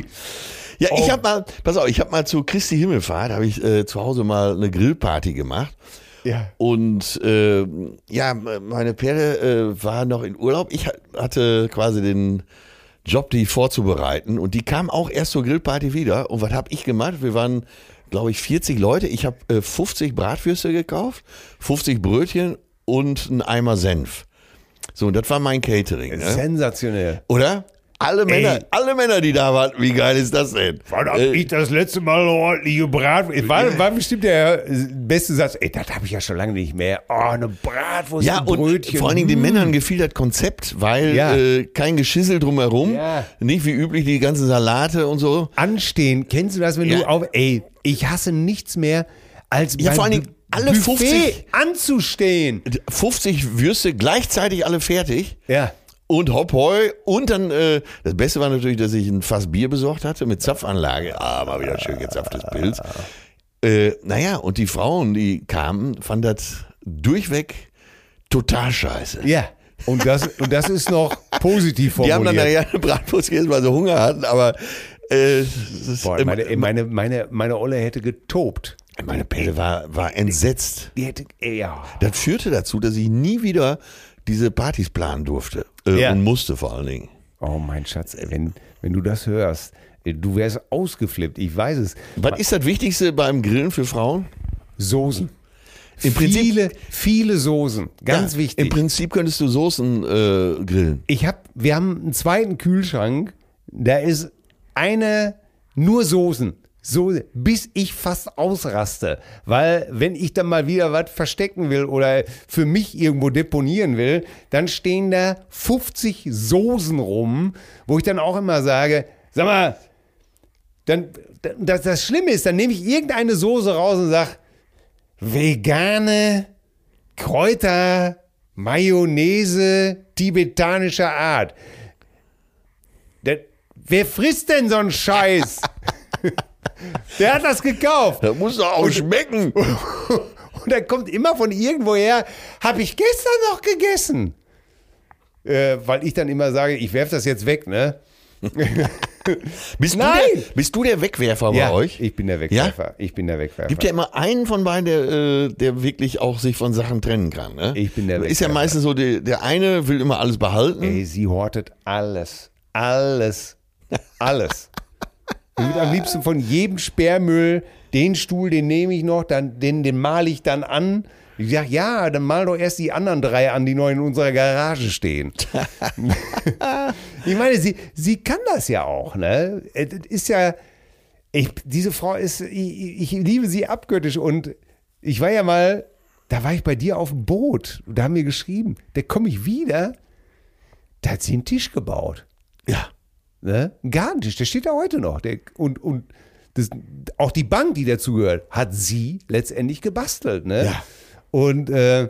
Speaker 3: Ja, ich
Speaker 2: Oh.
Speaker 3: hab mal, pass auf, ich hab mal zu Christi Himmelfahrt, habe ich äh, zu Hause mal eine Grillparty gemacht.
Speaker 2: ja.
Speaker 3: Und äh, ja, m- meine Perle äh, war noch in Urlaub. Ich ha- hatte quasi den Job, die vorzubereiten. Und die kam auch erst zur Grillparty wieder. Und was habe ich gemacht? Wir waren, glaube ich, 40 Leute. Ich habe äh, 50 Bratwürste gekauft, 50 Brötchen und einen Eimer Senf. So, und das war mein Catering. Ne?
Speaker 2: sensationell.
Speaker 3: Oder? Alle Männer, alle Männer, die da waren, wie geil ist das denn?
Speaker 2: Wann hab
Speaker 3: Äh,
Speaker 2: ich das letzte Mal ordentlich gebratwurst? War, war bestimmt der beste Satz. Ey, das habe ich ja schon lange nicht mehr. Oh, eine Bratwurst,
Speaker 3: Ja,
Speaker 2: ein
Speaker 3: und
Speaker 2: Brötchen. Hm.
Speaker 3: vor allen Dingen den Männern gefiel das Konzept, weil
Speaker 2: Ja.
Speaker 3: äh, kein Geschissel drumherum,
Speaker 2: Ja.
Speaker 3: nicht wie üblich die ganzen Salate und so.
Speaker 2: Anstehen, kennst du das, wenn
Speaker 3: Ja.
Speaker 2: du auf. Ey, ich hasse nichts mehr als
Speaker 3: Ja,
Speaker 2: beim
Speaker 3: vor allen Dingen
Speaker 2: Bu-
Speaker 3: alle
Speaker 2: Buffet
Speaker 3: 50
Speaker 2: anzustehen.
Speaker 3: 50 Würste gleichzeitig alle fertig
Speaker 2: Ja.
Speaker 3: und hopp hoi. Und dann, äh, das Beste war natürlich, dass ich ein Fass Bier besorgt hatte mit Zapfanlage. Ah, mal wieder schön gezapftes Pilz. Äh, naja, und die Frauen, die kamen, fanden das durchweg total scheiße.
Speaker 2: Ja. Und das, und das ist noch positiv
Speaker 3: Die
Speaker 2: formuliert.
Speaker 3: haben dann nachher (laughs) eine Bratwurst gegessen, weil sie Hunger hatten, aber äh, es ist
Speaker 2: Boah,
Speaker 3: immer-
Speaker 2: meine, ey, meine, meine, meine Olle hätte getobt.
Speaker 3: Meine Pelle war, war entsetzt.
Speaker 2: Die hätte. ey, Ja.
Speaker 3: Das führte dazu, dass ich nie wieder diese Partys planen durfte. Äh,
Speaker 2: Ja.
Speaker 3: Und musste vor allen Dingen.
Speaker 2: Oh, mein Schatz, ey, wenn, wenn du das hörst, ey, du wärst ausgeflippt. Ich weiß es.
Speaker 3: Was ist das Wichtigste beim Grillen für Frauen?
Speaker 2: Soßen.
Speaker 3: Im Prinzip-
Speaker 2: viele, viele Soßen. Ganz
Speaker 3: Ja, Im
Speaker 2: wichtig.
Speaker 3: Prinzip könntest du Soßen äh, grillen.
Speaker 2: Ich hab, wir haben einen zweiten Kühlschrank, da ist eine nur Soßen. So, bis ich fast ausraste. Weil, wenn ich dann mal wieder was verstecken will oder für mich irgendwo deponieren will, dann stehen da 50 Soßen rum, wo ich dann auch immer sage, sag mal, dann, das, das Schlimme ist, dann nehme ich irgendeine Soße raus und sage, vegane Kräuter, Mayonnaise tibetanischer Art. Der, wer frisst denn so einen
Speaker 3: (laughs)
Speaker 2: Scheiß? Der hat das gekauft.
Speaker 3: Das muss doch auch schmecken.
Speaker 2: Und dann kommt immer von irgendwoher, habe ich gestern noch gegessen. Äh, weil ich dann immer sage, ich werfe das jetzt weg, ne?
Speaker 3: Bist, Du
Speaker 2: Nein!
Speaker 3: der, bist du der Wegwerfer bei euch?
Speaker 2: Ich bin der Wegwerfer. Ich bin der Wegwerfer.
Speaker 3: Gibt ja immer einen von beiden, der, äh, der wirklich auch sich von Sachen trennen kann. Ne?
Speaker 2: Ich bin der
Speaker 3: Ist ja
Speaker 2: Wegwerfer.
Speaker 3: meistens so, der, der eine will immer alles behalten.
Speaker 2: Ey, sie hortet alles. Alles. Alles. Ich würde am liebsten von jedem Sperrmüll den Stuhl, den nehme ich noch, dann, den, den male ich dann an. Ich sage, ja, dann mal doch erst die anderen drei an, die noch in unserer Garage stehen. (laughs) ich meine, sie, sie kann das ja auch, ne? Es ist ja, ich, diese Frau ist, ich, ich liebe sie abgöttisch und ich war ja mal, da war ich bei dir auf dem Boot, da haben wir geschrieben, da komme ich wieder, da hat sie einen Tisch gebaut,
Speaker 3: Ja.
Speaker 2: ne? Einen Gartentisch, der steht da heute noch. Der, und und das, auch die Bank, die dazugehört, hat sie letztendlich gebastelt, ne?
Speaker 3: Ja.
Speaker 2: Und äh,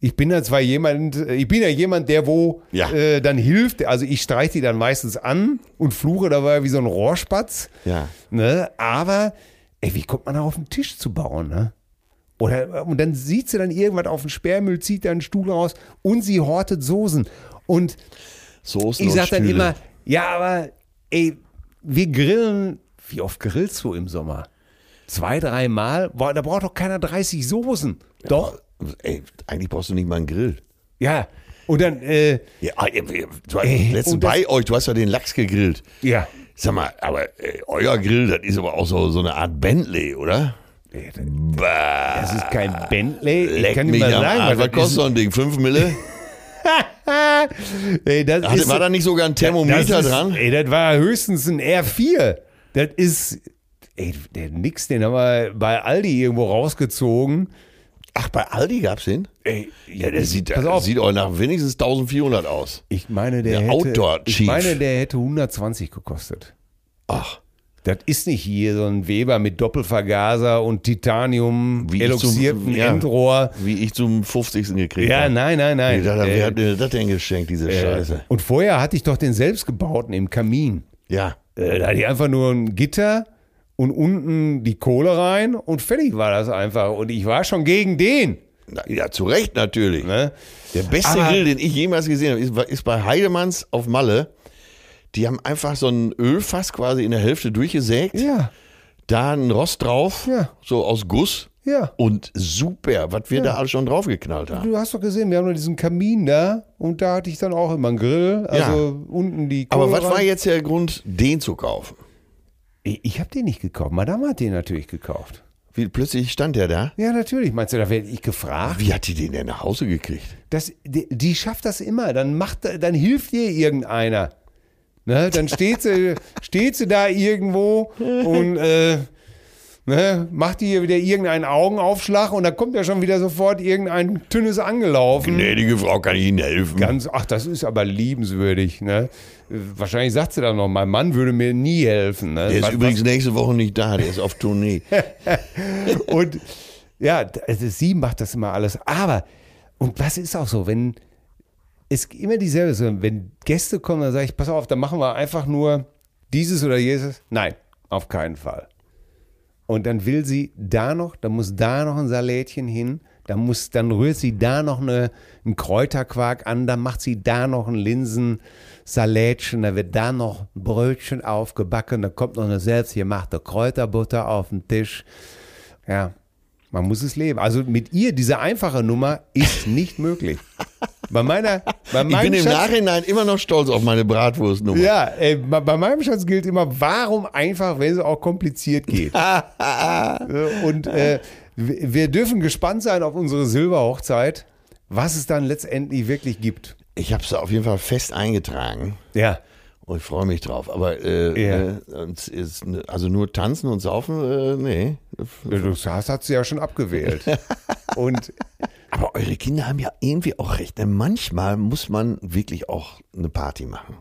Speaker 2: ich bin ja zwar jemand, ich bin ja jemand, der wo
Speaker 3: Ja.
Speaker 2: äh, dann hilft. Also ich streiche die dann meistens an und fluche dabei wie so ein Rohrspatz.
Speaker 3: Ja.
Speaker 2: Ne? Aber, ey, wie kommt man da auf den Tisch zu bauen, ne? Oder, und dann sieht sie dann irgendwas auf den Sperrmüll, zieht da einen Stuhl raus und sie hortet Soßen. Und
Speaker 3: Soßen
Speaker 2: ich
Speaker 3: und
Speaker 2: sag dann
Speaker 3: Stühle.
Speaker 2: immer, ja, aber ey, wir grillen, wie oft grillst du im Sommer? Zwei, dreimal? Boah, Da braucht doch keiner 30 Soßen. Doch,
Speaker 3: Ey, eigentlich brauchst du nicht mal einen Grill.
Speaker 2: ja. Und dann, äh,
Speaker 3: Ja, ey, du hast
Speaker 2: Ey,
Speaker 3: letztens
Speaker 2: Äh, und das-
Speaker 3: bei euch, du hast ja den Lachs gegrillt.
Speaker 2: ja.
Speaker 3: Sag mal, aber äh, euer Grill, das ist aber auch so, so eine Art Bentley, oder? Bah,
Speaker 2: Das ist kein Bentley.
Speaker 3: leck
Speaker 2: ich kann dir
Speaker 3: mich
Speaker 2: mal
Speaker 3: am
Speaker 2: sagen,
Speaker 3: Arsch.
Speaker 2: was
Speaker 3: Was
Speaker 2: das
Speaker 3: kostet so ein Ding? Fünf Mille?
Speaker 2: ist. (laughs) Ey, das
Speaker 3: Hatte,
Speaker 2: ist
Speaker 3: war da nicht sogar ein
Speaker 2: das
Speaker 3: Thermometer
Speaker 2: ist,
Speaker 3: dran?
Speaker 2: Ey, das war höchstens ein R4. Das ist, ey, der Nix, den haben wir bei Aldi irgendwo rausgezogen.
Speaker 3: Ach, bei Aldi gab's den?
Speaker 2: Ey,
Speaker 3: Ja, der sieht,
Speaker 2: Pass auf.
Speaker 3: sieht auch nach wenigstens 1400 aus.
Speaker 2: Ich meine, der,
Speaker 3: Der
Speaker 2: hätte,
Speaker 3: Outdoor
Speaker 2: ich
Speaker 3: Chief.
Speaker 2: meine, der hätte 120 gekostet.
Speaker 3: Ach,
Speaker 2: Das ist nicht hier so ein Weber mit Doppelvergaser und Titanium,
Speaker 3: Wie ich
Speaker 2: eloxierten
Speaker 3: zum- ja.
Speaker 2: Endrohr.
Speaker 3: wie ich zum 50. gekriegt
Speaker 2: Ja,
Speaker 3: habe.
Speaker 2: nein, nein, nein.
Speaker 3: Ich dachte,
Speaker 2: Äh,
Speaker 3: wer hat mir das denn geschenkt, diese
Speaker 2: äh,
Speaker 3: Scheiße?
Speaker 2: Und vorher hatte ich doch den selbstgebauten im Kamin.
Speaker 3: Ja.
Speaker 2: Äh, Da hatte ich einfach nur ein Gitter und unten die Kohle rein und fertig war das einfach. Und ich war schon gegen den.
Speaker 3: Na, ja, zu Recht natürlich.
Speaker 2: Ne?
Speaker 3: Der beste
Speaker 2: Aber-
Speaker 3: Grill, den ich jemals gesehen habe, ist, ist bei Heidemanns auf Malle. Die haben einfach so ein Ölfass quasi in der Hälfte durchgesägt,
Speaker 2: Ja,
Speaker 3: da ein Rost drauf,
Speaker 2: Ja.
Speaker 3: so aus Guss.
Speaker 2: ja.
Speaker 3: Und super, was wir da alles schon draufgeknallt haben.
Speaker 2: Du hast doch gesehen, wir haben noch diesen Kamin da und da hatte ich dann auch immer einen Grill. Also unten die Kohle
Speaker 3: Aber was
Speaker 2: rein.
Speaker 3: war jetzt der Grund, den zu kaufen?
Speaker 2: Ich, ich habe den nicht gekauft. Madame hat den natürlich gekauft.
Speaker 3: Wie plötzlich stand der da.
Speaker 2: Ja, natürlich. Meinst du, da werde ich gefragt?
Speaker 3: Wie hat die den denn nach Hause gekriegt?
Speaker 2: Das, die, die schafft das immer. Dann macht, dann hilft ihr irgendeiner. Ne? Dann steht
Speaker 3: (laughs)
Speaker 2: sie, steht sie da irgendwo und äh, ne? macht ihr wieder irgendeinen Augenaufschlag und dann kommt ja schon wieder sofort irgendein Tünnes angelaufen.
Speaker 3: Gnädige Frau, kann ich Ihnen helfen?
Speaker 2: Hm. Ganz, ach, das ist aber liebenswürdig. Ne? Äh, Wahrscheinlich sagt sie dann noch, mein Mann würde mir nie helfen. Ne?
Speaker 3: Der ist
Speaker 2: Was-
Speaker 3: übrigens nächste Woche nicht da, der ist auf
Speaker 2: (laughs)
Speaker 3: Tournee.
Speaker 2: Und ja, also sie macht das immer alles. Aber, und was ist auch so, wenn es immer dieselbe so, wenn Gäste kommen, dann sage ich, pass auf, dann machen wir einfach nur dieses oder jenes. Nein, auf keinen Fall. Und dann will sie da noch, dann muss da noch ein Salätchen hin, dann muss, dann rührt sie da noch eine, einen Kräuterquark an, dann macht sie da noch ein Linsensalätchen, dann wird da noch ein Brötchen aufgebacken, dann kommt noch eine selbstgemachte Kräuterbutter auf den Tisch. Ja, man muss es leben. Also mit ihr, diese einfache Nummer, ist nicht möglich. Bei meiner, bei
Speaker 3: Ich bin
Speaker 2: meinem
Speaker 3: im
Speaker 2: Schatz,
Speaker 3: Nachhinein immer noch stolz auf meine Bratwurstnummer.
Speaker 2: ja, ey, bei bei meinem Schatz gilt immer, warum einfach, wenn es auch kompliziert geht. Äh, Und äh, Wir wir dürfen gespannt sein auf unsere Silberhochzeit, was es dann letztendlich wirklich gibt.
Speaker 3: Ich habe es auf jeden Fall fest eingetragen
Speaker 2: Ja.
Speaker 3: und Oh, ich freue mich drauf. Aber äh,
Speaker 2: Ja.
Speaker 3: äh, und ist, also nur tanzen und saufen, äh, nee.
Speaker 2: Du hast, hast sie ja schon (laughs) abgewählt. Und
Speaker 3: Aber eure Kinder haben ja irgendwie auch recht. Denn manchmal muss man wirklich auch eine Party machen.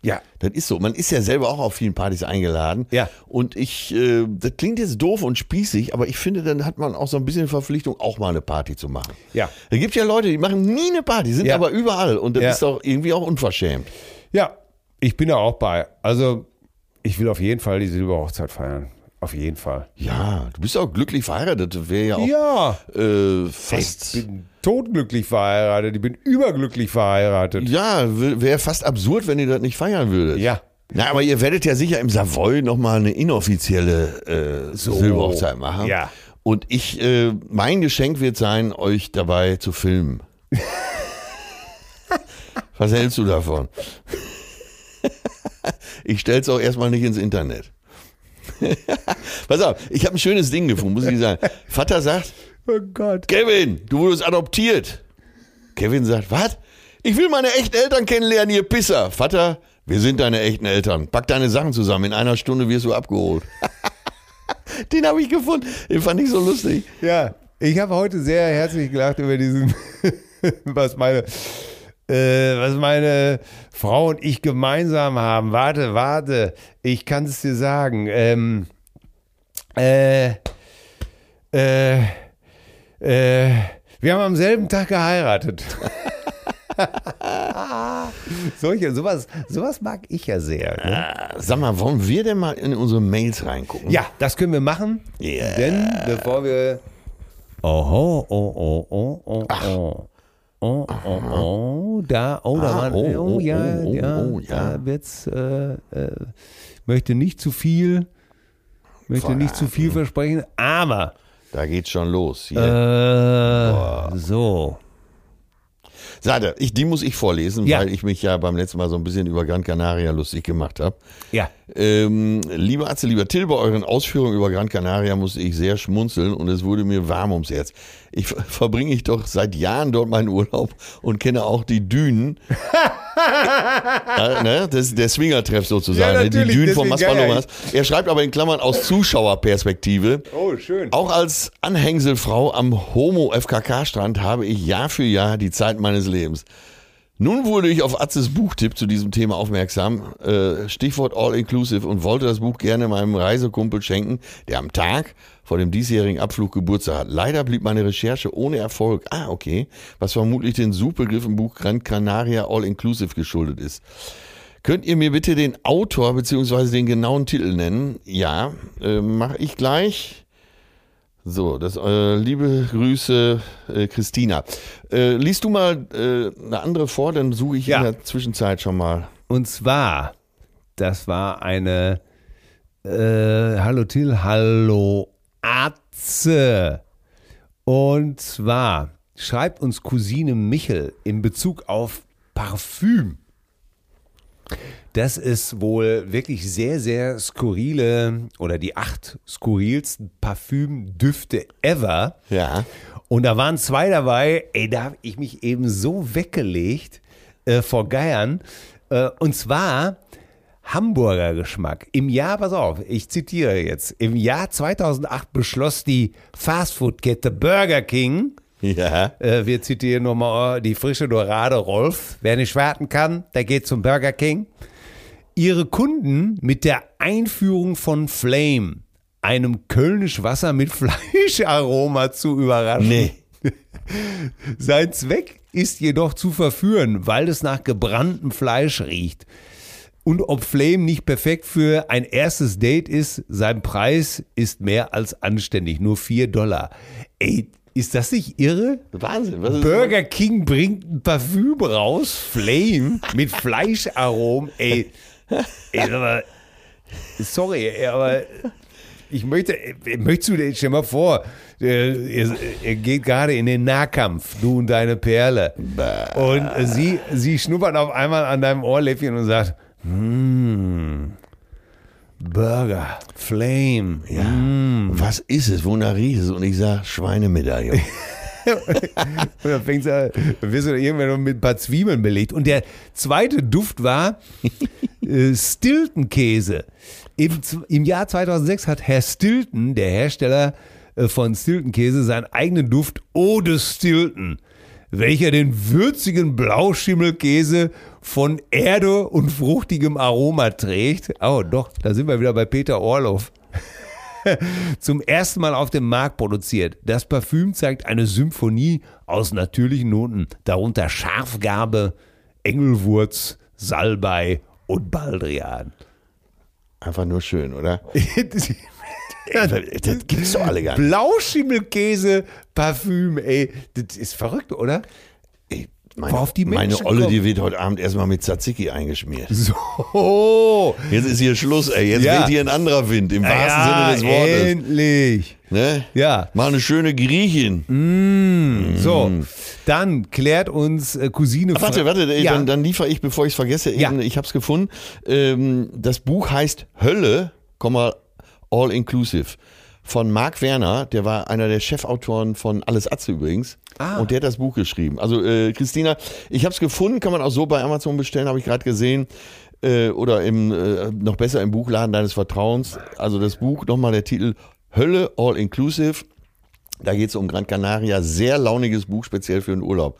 Speaker 2: ja,
Speaker 3: Das ist so. Man ist ja selber auch auf vielen Partys eingeladen.
Speaker 2: Ja.
Speaker 3: Und ich, äh, das klingt jetzt doof und spießig, aber ich finde, dann hat man auch so ein bisschen Verpflichtung, auch mal eine Party zu machen.
Speaker 2: Ja.
Speaker 3: Da gibt ja Leute, die machen nie eine Party, sind
Speaker 2: Ja.
Speaker 3: aber überall. Und das
Speaker 2: Ja.
Speaker 3: ist doch irgendwie auch unverschämt.
Speaker 2: ja, ich bin da auch bei. Also, ich will auf jeden Fall die Silberhochzeit feiern. Auf jeden Fall.
Speaker 3: Ja, du bist auch glücklich verheiratet. Das wäre ja auch
Speaker 2: Ja,
Speaker 3: äh,
Speaker 2: ich
Speaker 3: fast.
Speaker 2: bin totglücklich verheiratet. Ich bin überglücklich verheiratet.
Speaker 3: Ja, wäre fast absurd, wenn ihr das nicht feiern würdet.
Speaker 2: Ja.
Speaker 3: Na, aber ihr werdet ja sicher im Savoy nochmal eine inoffizielle äh, Silberhochzeit machen.
Speaker 2: Ja.
Speaker 3: Und ich, äh, mein Geschenk wird sein, euch dabei
Speaker 2: (laughs)
Speaker 3: zu filmen. Was hältst du davon? ich stell's auch erstmal nicht ins Internet. (laughs) Pass auf, ich habe ein schönes Ding gefunden, muss ich dir sagen. Vater sagt,
Speaker 2: Oh Gott.
Speaker 3: Kevin, du wurdest adoptiert. Kevin sagt, was? Ich will meine echten Eltern kennenlernen, ihr Pisser. Vater, wir sind deine echten Eltern. Pack deine Sachen zusammen, in einer Stunde wirst du abgeholt. (laughs) Den habe ich gefunden. Den fand ich so lustig.
Speaker 2: Ja, ich habe heute sehr herzlich gelacht über diesen, (laughs) was meine, äh, was meine Frau und ich gemeinsam haben. Warte, warte, ich kann es dir sagen. Ähm, äh, äh, äh, wir haben am selben Tag geheiratet. (laughs) Solche, sowas, sowas mag ich ja sehr. Ne?
Speaker 3: Äh, Sag mal, wollen wir denn mal in unsere Mails reingucken?
Speaker 2: Ja, das können wir machen.
Speaker 3: Yeah.
Speaker 2: Denn bevor wir. Oho, oh, oh, oh, oh, oh. Oh, oh, oh, da, oh, da
Speaker 3: Ah,
Speaker 2: waren,
Speaker 3: oh,
Speaker 2: oh,
Speaker 3: oh,
Speaker 2: ja,
Speaker 3: oh, oh,
Speaker 2: ja,
Speaker 3: oh, ja.
Speaker 2: da wird's, äh, äh, möchte nicht zu viel, möchte nicht zu viel versprechen, aber,
Speaker 3: Da geht's schon los. Hier.
Speaker 2: äh, so,
Speaker 3: Sade, ich, die muss ich vorlesen,
Speaker 2: Ja.
Speaker 3: weil ich mich ja beim letzten Mal so ein bisschen über Gran Canaria lustig gemacht habe.
Speaker 2: ja,
Speaker 3: Ähm, lieber Atze, lieber Till, bei euren Ausführungen über Gran Canaria musste ich sehr schmunzeln und es wurde mir warm ums Herz. Ich ver- (laughs) verbringe ich doch seit Jahren dort meinen Urlaub und kenne auch
Speaker 2: (laughs)
Speaker 3: die Dünen. ja, ne? Das ist der Swingertreff sozusagen,
Speaker 2: Ja,
Speaker 3: ne? die
Speaker 2: natürlich,
Speaker 3: Dünen von
Speaker 2: deswegen
Speaker 3: Maspalomas. Er schreibt aber in Klammern aus Zuschauerperspektive.
Speaker 2: oh, schön,
Speaker 3: Auch als Anhängselfrau am Homo-FKK-Strand habe ich Jahr für Jahr die Zeit meines Lebens. Nun wurde ich auf Atzes Buchtipp zu diesem Thema aufmerksam, äh, Stichwort All-Inclusive, und wollte das Buch gerne meinem Reisekumpel schenken, der am Tag vor dem diesjährigen Abflug Geburtstag hat. Leider blieb meine Recherche ohne Erfolg. Ah, okay. Was vermutlich den Suchbegriff im Buch Gran Canaria All-Inclusive geschuldet ist. Könnt ihr mir bitte den Autor bzw. den genauen Titel nennen? Ja, äh, mache ich gleich. So, das, äh, liebe Grüße, äh, Christina. Äh, liest du mal äh, eine andere vor, dann suche ich
Speaker 2: Ja.
Speaker 3: in der Zwischenzeit schon mal.
Speaker 2: Und zwar, das war eine äh, Hallo Till, Hallo Atze. Und zwar schreibt uns Cousine Michel in Bezug auf Parfüm. Das ist wohl wirklich sehr, sehr skurrile oder die acht skurrilsten Parfümdüfte ever.
Speaker 3: Ja.
Speaker 2: Und da waren zwei dabei, ey, da habe ich mich eben so weggelegt äh, vor Geiern. Äh, und zwar Hamburger Geschmack. Im Jahr, pass auf, ich zitiere jetzt, im Jahr 2008 beschloss die Fastfood-Kette Burger King,
Speaker 3: Ja.
Speaker 2: äh, wir zitieren nochmal die frische Dorade Rolf. Wer nicht warten kann, der geht zum Burger King. Ihre Kunden mit der Einführung von Flame, einem Kölnisch Wasser mit (laughs) Fleischaroma zu überraschen.
Speaker 3: Nee.
Speaker 2: Sein Zweck ist jedoch zu verführen, weil es nach gebranntem Fleisch riecht. Und ob Flame nicht perfekt für ein erstes Date ist, sein Preis ist mehr als anständig, nur 4 Dollar. Ey, ist das nicht irre?
Speaker 3: Wahnsinn. Was ist
Speaker 2: Burger King bringt ein Parfüm raus, Flame, mit Fleischaromen. Ey, ey sag mal, sorry, ey, aber ich möchte, ey, möchtest du, dir- stell mal vor, äh, ihr, ihr geht gerade in den Nahkampf, du und deine Perle. Und äh, sie, sie schnuppert auf einmal an deinem Ohrläppchen und sagt, "Hm, Burger, Flame. hm,
Speaker 3: Ja. Hm. Was ist es? Wonach riecht es? Und ich sage,
Speaker 2: (laughs)
Speaker 3: Schweinemedaille.
Speaker 2: Und dann fängt's an, dann wirst du dann irgendwann noch mit ein paar Zwiebeln belegt. Und der zweite Duft war äh, Stilton-Käse. Im, Z- Im Jahr 2006 hat Herr Stilton, der Hersteller äh, von Stilton-Käse, seinen eigenen Duft Ode Stilton, welcher den würzigen Blauschimmelkäse von Erde und fruchtigem Aroma trägt. Oh, doch, da sind wir wieder bei Peter Orloff zum ersten Mal auf dem Markt produziert. Das Parfüm zeigt eine Symphonie aus natürlichen Noten, darunter Schafgarbe, Engelwurz, Salbei und
Speaker 3: (laughs)
Speaker 2: Baldrian.
Speaker 3: Einfach nur schön, oder? Das gibt's doch alle gar nicht.
Speaker 2: Blauschimmelkäse, Parfüm, ey, das ist verrückt, oder?
Speaker 3: Ey,
Speaker 2: Worauf
Speaker 3: Meine,
Speaker 2: die Menschen
Speaker 3: meine Olle,
Speaker 2: kommen.
Speaker 3: die wird heute Abend erstmal mit Tzatziki eingeschmiert.
Speaker 2: (laughs) So,
Speaker 3: Jetzt ist hier Schluss, ey. Jetzt
Speaker 2: Ja.
Speaker 3: weht hier ein anderer Wind, im wahrsten Sinne des Wortes.
Speaker 2: endlich.
Speaker 3: Ne?
Speaker 2: Ja.
Speaker 3: Mal eine schöne Griechin. Mhm.
Speaker 2: So, dann klärt uns äh, Cousine Fra-
Speaker 3: Warte, warte, ey,
Speaker 2: Ja.
Speaker 3: dann, dann liefere ich, bevor ich es vergesse,
Speaker 2: Ja.
Speaker 3: eben, ich habe es gefunden. Ähm, das Buch heißt Hölle, Komma, All Inclusive. Von Marc Werner, der war einer der Chefautoren von Alles Atze übrigens.
Speaker 2: Ah.
Speaker 3: Und der hat das Buch geschrieben. Also, äh, Christina, ich habe es gefunden, kann man auch so bei Amazon bestellen, habe ich gerade gesehen. Äh, oder im, äh, noch besser im Buchladen deines Vertrauens. Also das Buch, nochmal der Titel Hölle, All Inclusive. Da geht es um Gran Canaria. Sehr launiges Buch, speziell für den Urlaub.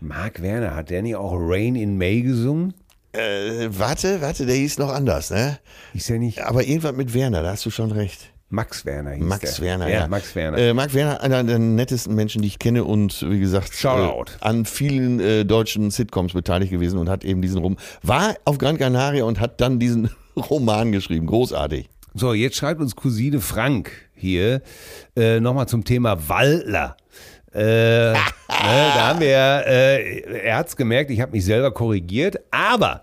Speaker 2: Mark Werner, hat der nicht auch Rain in May gesungen?
Speaker 3: Äh, warte, warte, der hieß noch anders, ne?
Speaker 2: Ist ja nicht
Speaker 3: Aber irgendwas mit Werner, da hast du schon recht.
Speaker 2: Max Werner hieß
Speaker 3: Max
Speaker 2: der.
Speaker 3: Werner,
Speaker 2: ja.
Speaker 3: ja.
Speaker 2: Max Werner.
Speaker 3: Äh, Marc Werner, einer der nettesten Menschen, die ich kenne und wie gesagt,
Speaker 2: Shoutout.
Speaker 3: Äh, an vielen äh, deutschen Sitcoms beteiligt gewesen und hat eben diesen Rum, war auf Gran Canaria und hat dann diesen (laughs) Roman geschrieben. Großartig.
Speaker 2: So, jetzt schreibt uns Cousine Frank hier äh, nochmal zum Thema Waldler. Äh, (laughs) ne, da haben wir, ja, äh, er hat's gemerkt, ich habe mich selber korrigiert, aber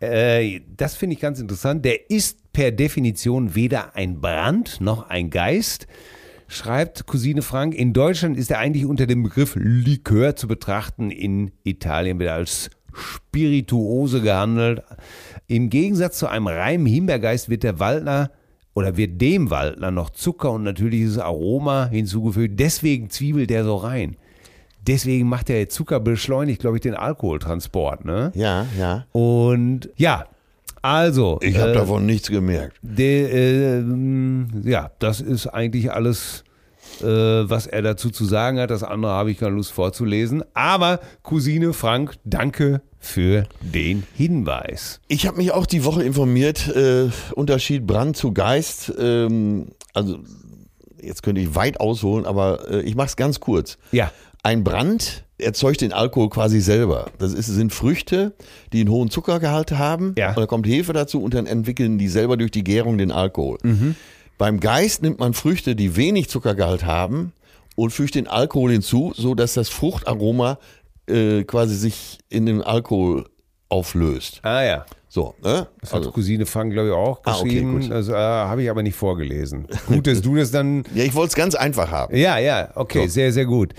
Speaker 2: äh, das finde ich ganz interessant. Der ist per Definition weder ein Brand noch ein Geist. Schreibt Cousine Frank, in Deutschland ist er eigentlich unter dem Begriff Likör zu betrachten, in Italien wird er als Spirituose gehandelt. Im Gegensatz zu einem reinen Himbeergeist wird der Waldner oder wird dem Waldner noch Zucker und natürliches Aroma hinzugefügt. Deswegen zwiebelt der so rein. Deswegen macht der Zucker beschleunigt, glaube ich, den Alkoholtransport. Ne?
Speaker 3: Ja, ja.
Speaker 2: Und ja, also.
Speaker 3: Ich habe
Speaker 2: äh,
Speaker 3: davon nichts gemerkt.
Speaker 2: de, äh, ja, das ist eigentlich alles, äh, was er dazu zu sagen hat. Das andere habe ich keine Lust vorzulesen. Aber Cousine Frank, danke für den Hinweis.
Speaker 3: Ich habe mich auch die Woche informiert, äh, Unterschied Brand zu Geist. Ähm, also jetzt könnte ich weit ausholen, aber äh, ich mache es ganz kurz.
Speaker 2: Ja.
Speaker 3: Ein Brand erzeugt den Alkohol quasi selber. Das ist, sind Früchte, die einen hohen Zuckergehalt haben.
Speaker 2: Ja.
Speaker 3: Und da kommt Hefe dazu und dann entwickeln die selber durch die Gärung den Alkohol.
Speaker 2: Mhm.
Speaker 3: Beim Geist nimmt man Früchte, die wenig Zuckergehalt haben und fügt den Alkohol hinzu, sodass das Fruchtaroma äh, quasi sich in den Alkohol auflöst.
Speaker 2: Ah ja.
Speaker 3: So, ne?
Speaker 2: Das hat Cousine Frank, glaube ich, auch
Speaker 3: Ah, okay,
Speaker 2: geschrieben.
Speaker 3: gut.
Speaker 2: also, äh, habe ich aber nicht vorgelesen. Gut, dass du das dann.
Speaker 3: Ja, ich wollte es ganz einfach haben.
Speaker 2: Ja, ja, okay,
Speaker 3: So.
Speaker 2: sehr, sehr gut.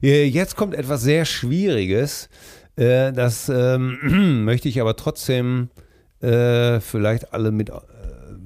Speaker 2: Äh, Jetzt kommt etwas sehr Schwieriges. Äh, Das ähm, (clears throat) möchte ich aber trotzdem äh, vielleicht alle mit, äh,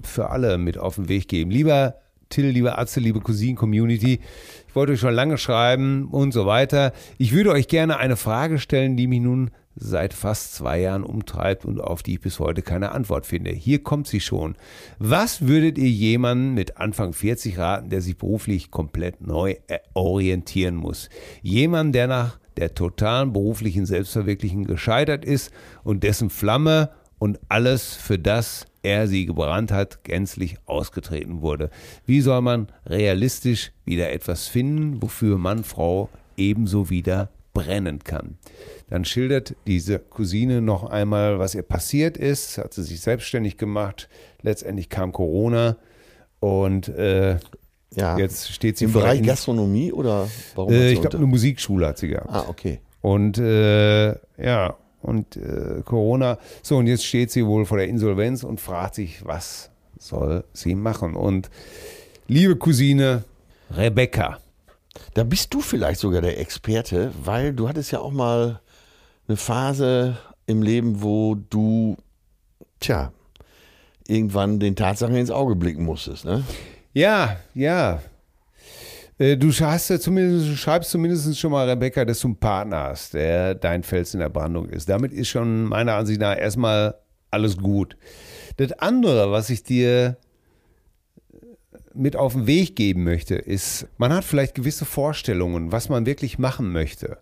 Speaker 2: für alle mit auf den Weg geben. Lieber Till, lieber Atze, liebe Cousin-Community, ich wollte euch schon lange schreiben und so weiter. Ich würde euch gerne eine Frage stellen, die mich nun seit fast zwei Jahren umtreibt und auf die ich bis heute keine Antwort finde. Hier kommt sie schon. Was würdet ihr jemanden mit Anfang 40 raten, der sich beruflich komplett neu äh, orientieren muss? Jemand, der nach der totalen beruflichen Selbstverwirklichung gescheitert ist und dessen Flamme und alles, für das er sie gebrannt hat, gänzlich ausgetreten wurde. Wie soll man realistisch wieder etwas finden, wofür Mann, Frau ebenso wieder brennen kann? Dann schildert diese Cousine noch einmal, was ihr passiert ist. Hat sie sich selbstständig gemacht. Letztendlich kam Corona und äh,
Speaker 3: Ja.
Speaker 2: jetzt steht sie
Speaker 3: Im
Speaker 2: vor
Speaker 3: Bereich
Speaker 2: einem-
Speaker 3: Gastronomie oder warum?
Speaker 2: Äh,
Speaker 3: hat's
Speaker 2: ich glaube, eine
Speaker 3: unter-
Speaker 2: Musikschule hat sie gehabt.
Speaker 3: ah, okay.
Speaker 2: Und äh, ja, und äh, Corona. So, und jetzt steht sie wohl vor der Insolvenz und fragt sich, was soll sie machen? Und liebe Cousine Rebecca,
Speaker 3: Da bist du vielleicht sogar der Experte, weil du hattest ja auch mal eine Phase im Leben, wo du, tja, irgendwann den Tatsachen ins Auge blicken musstest. Ne?
Speaker 2: Ja, ja. Äh, Du hast ja zumindest, du schreibst zumindest schon mal, Rebecca, dass du einen Partner hast, der dein Fels in der Brandung ist. Damit ist schon meiner Ansicht nach erstmal alles gut. Das andere, was ich dir äh, mit auf den Weg geben möchte, ist, man hat vielleicht gewisse Vorstellungen, was man wirklich machen möchte.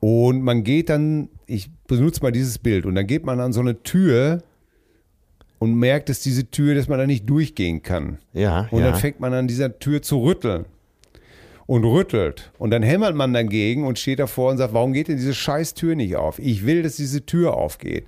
Speaker 2: Und man geht dann, ich benutze mal dieses Bild, und dann geht man an so eine Tür und merkt, dass diese Tür, dass man da nicht durchgehen kann.
Speaker 3: Ja,
Speaker 2: Und
Speaker 3: ja.
Speaker 2: dann fängt man an dieser Tür zu rütteln. Und rüttelt. Und dann hämmert man dagegen und steht davor und sagt, warum geht denn diese scheiß Tür nicht auf? Ich will, dass diese Tür aufgeht.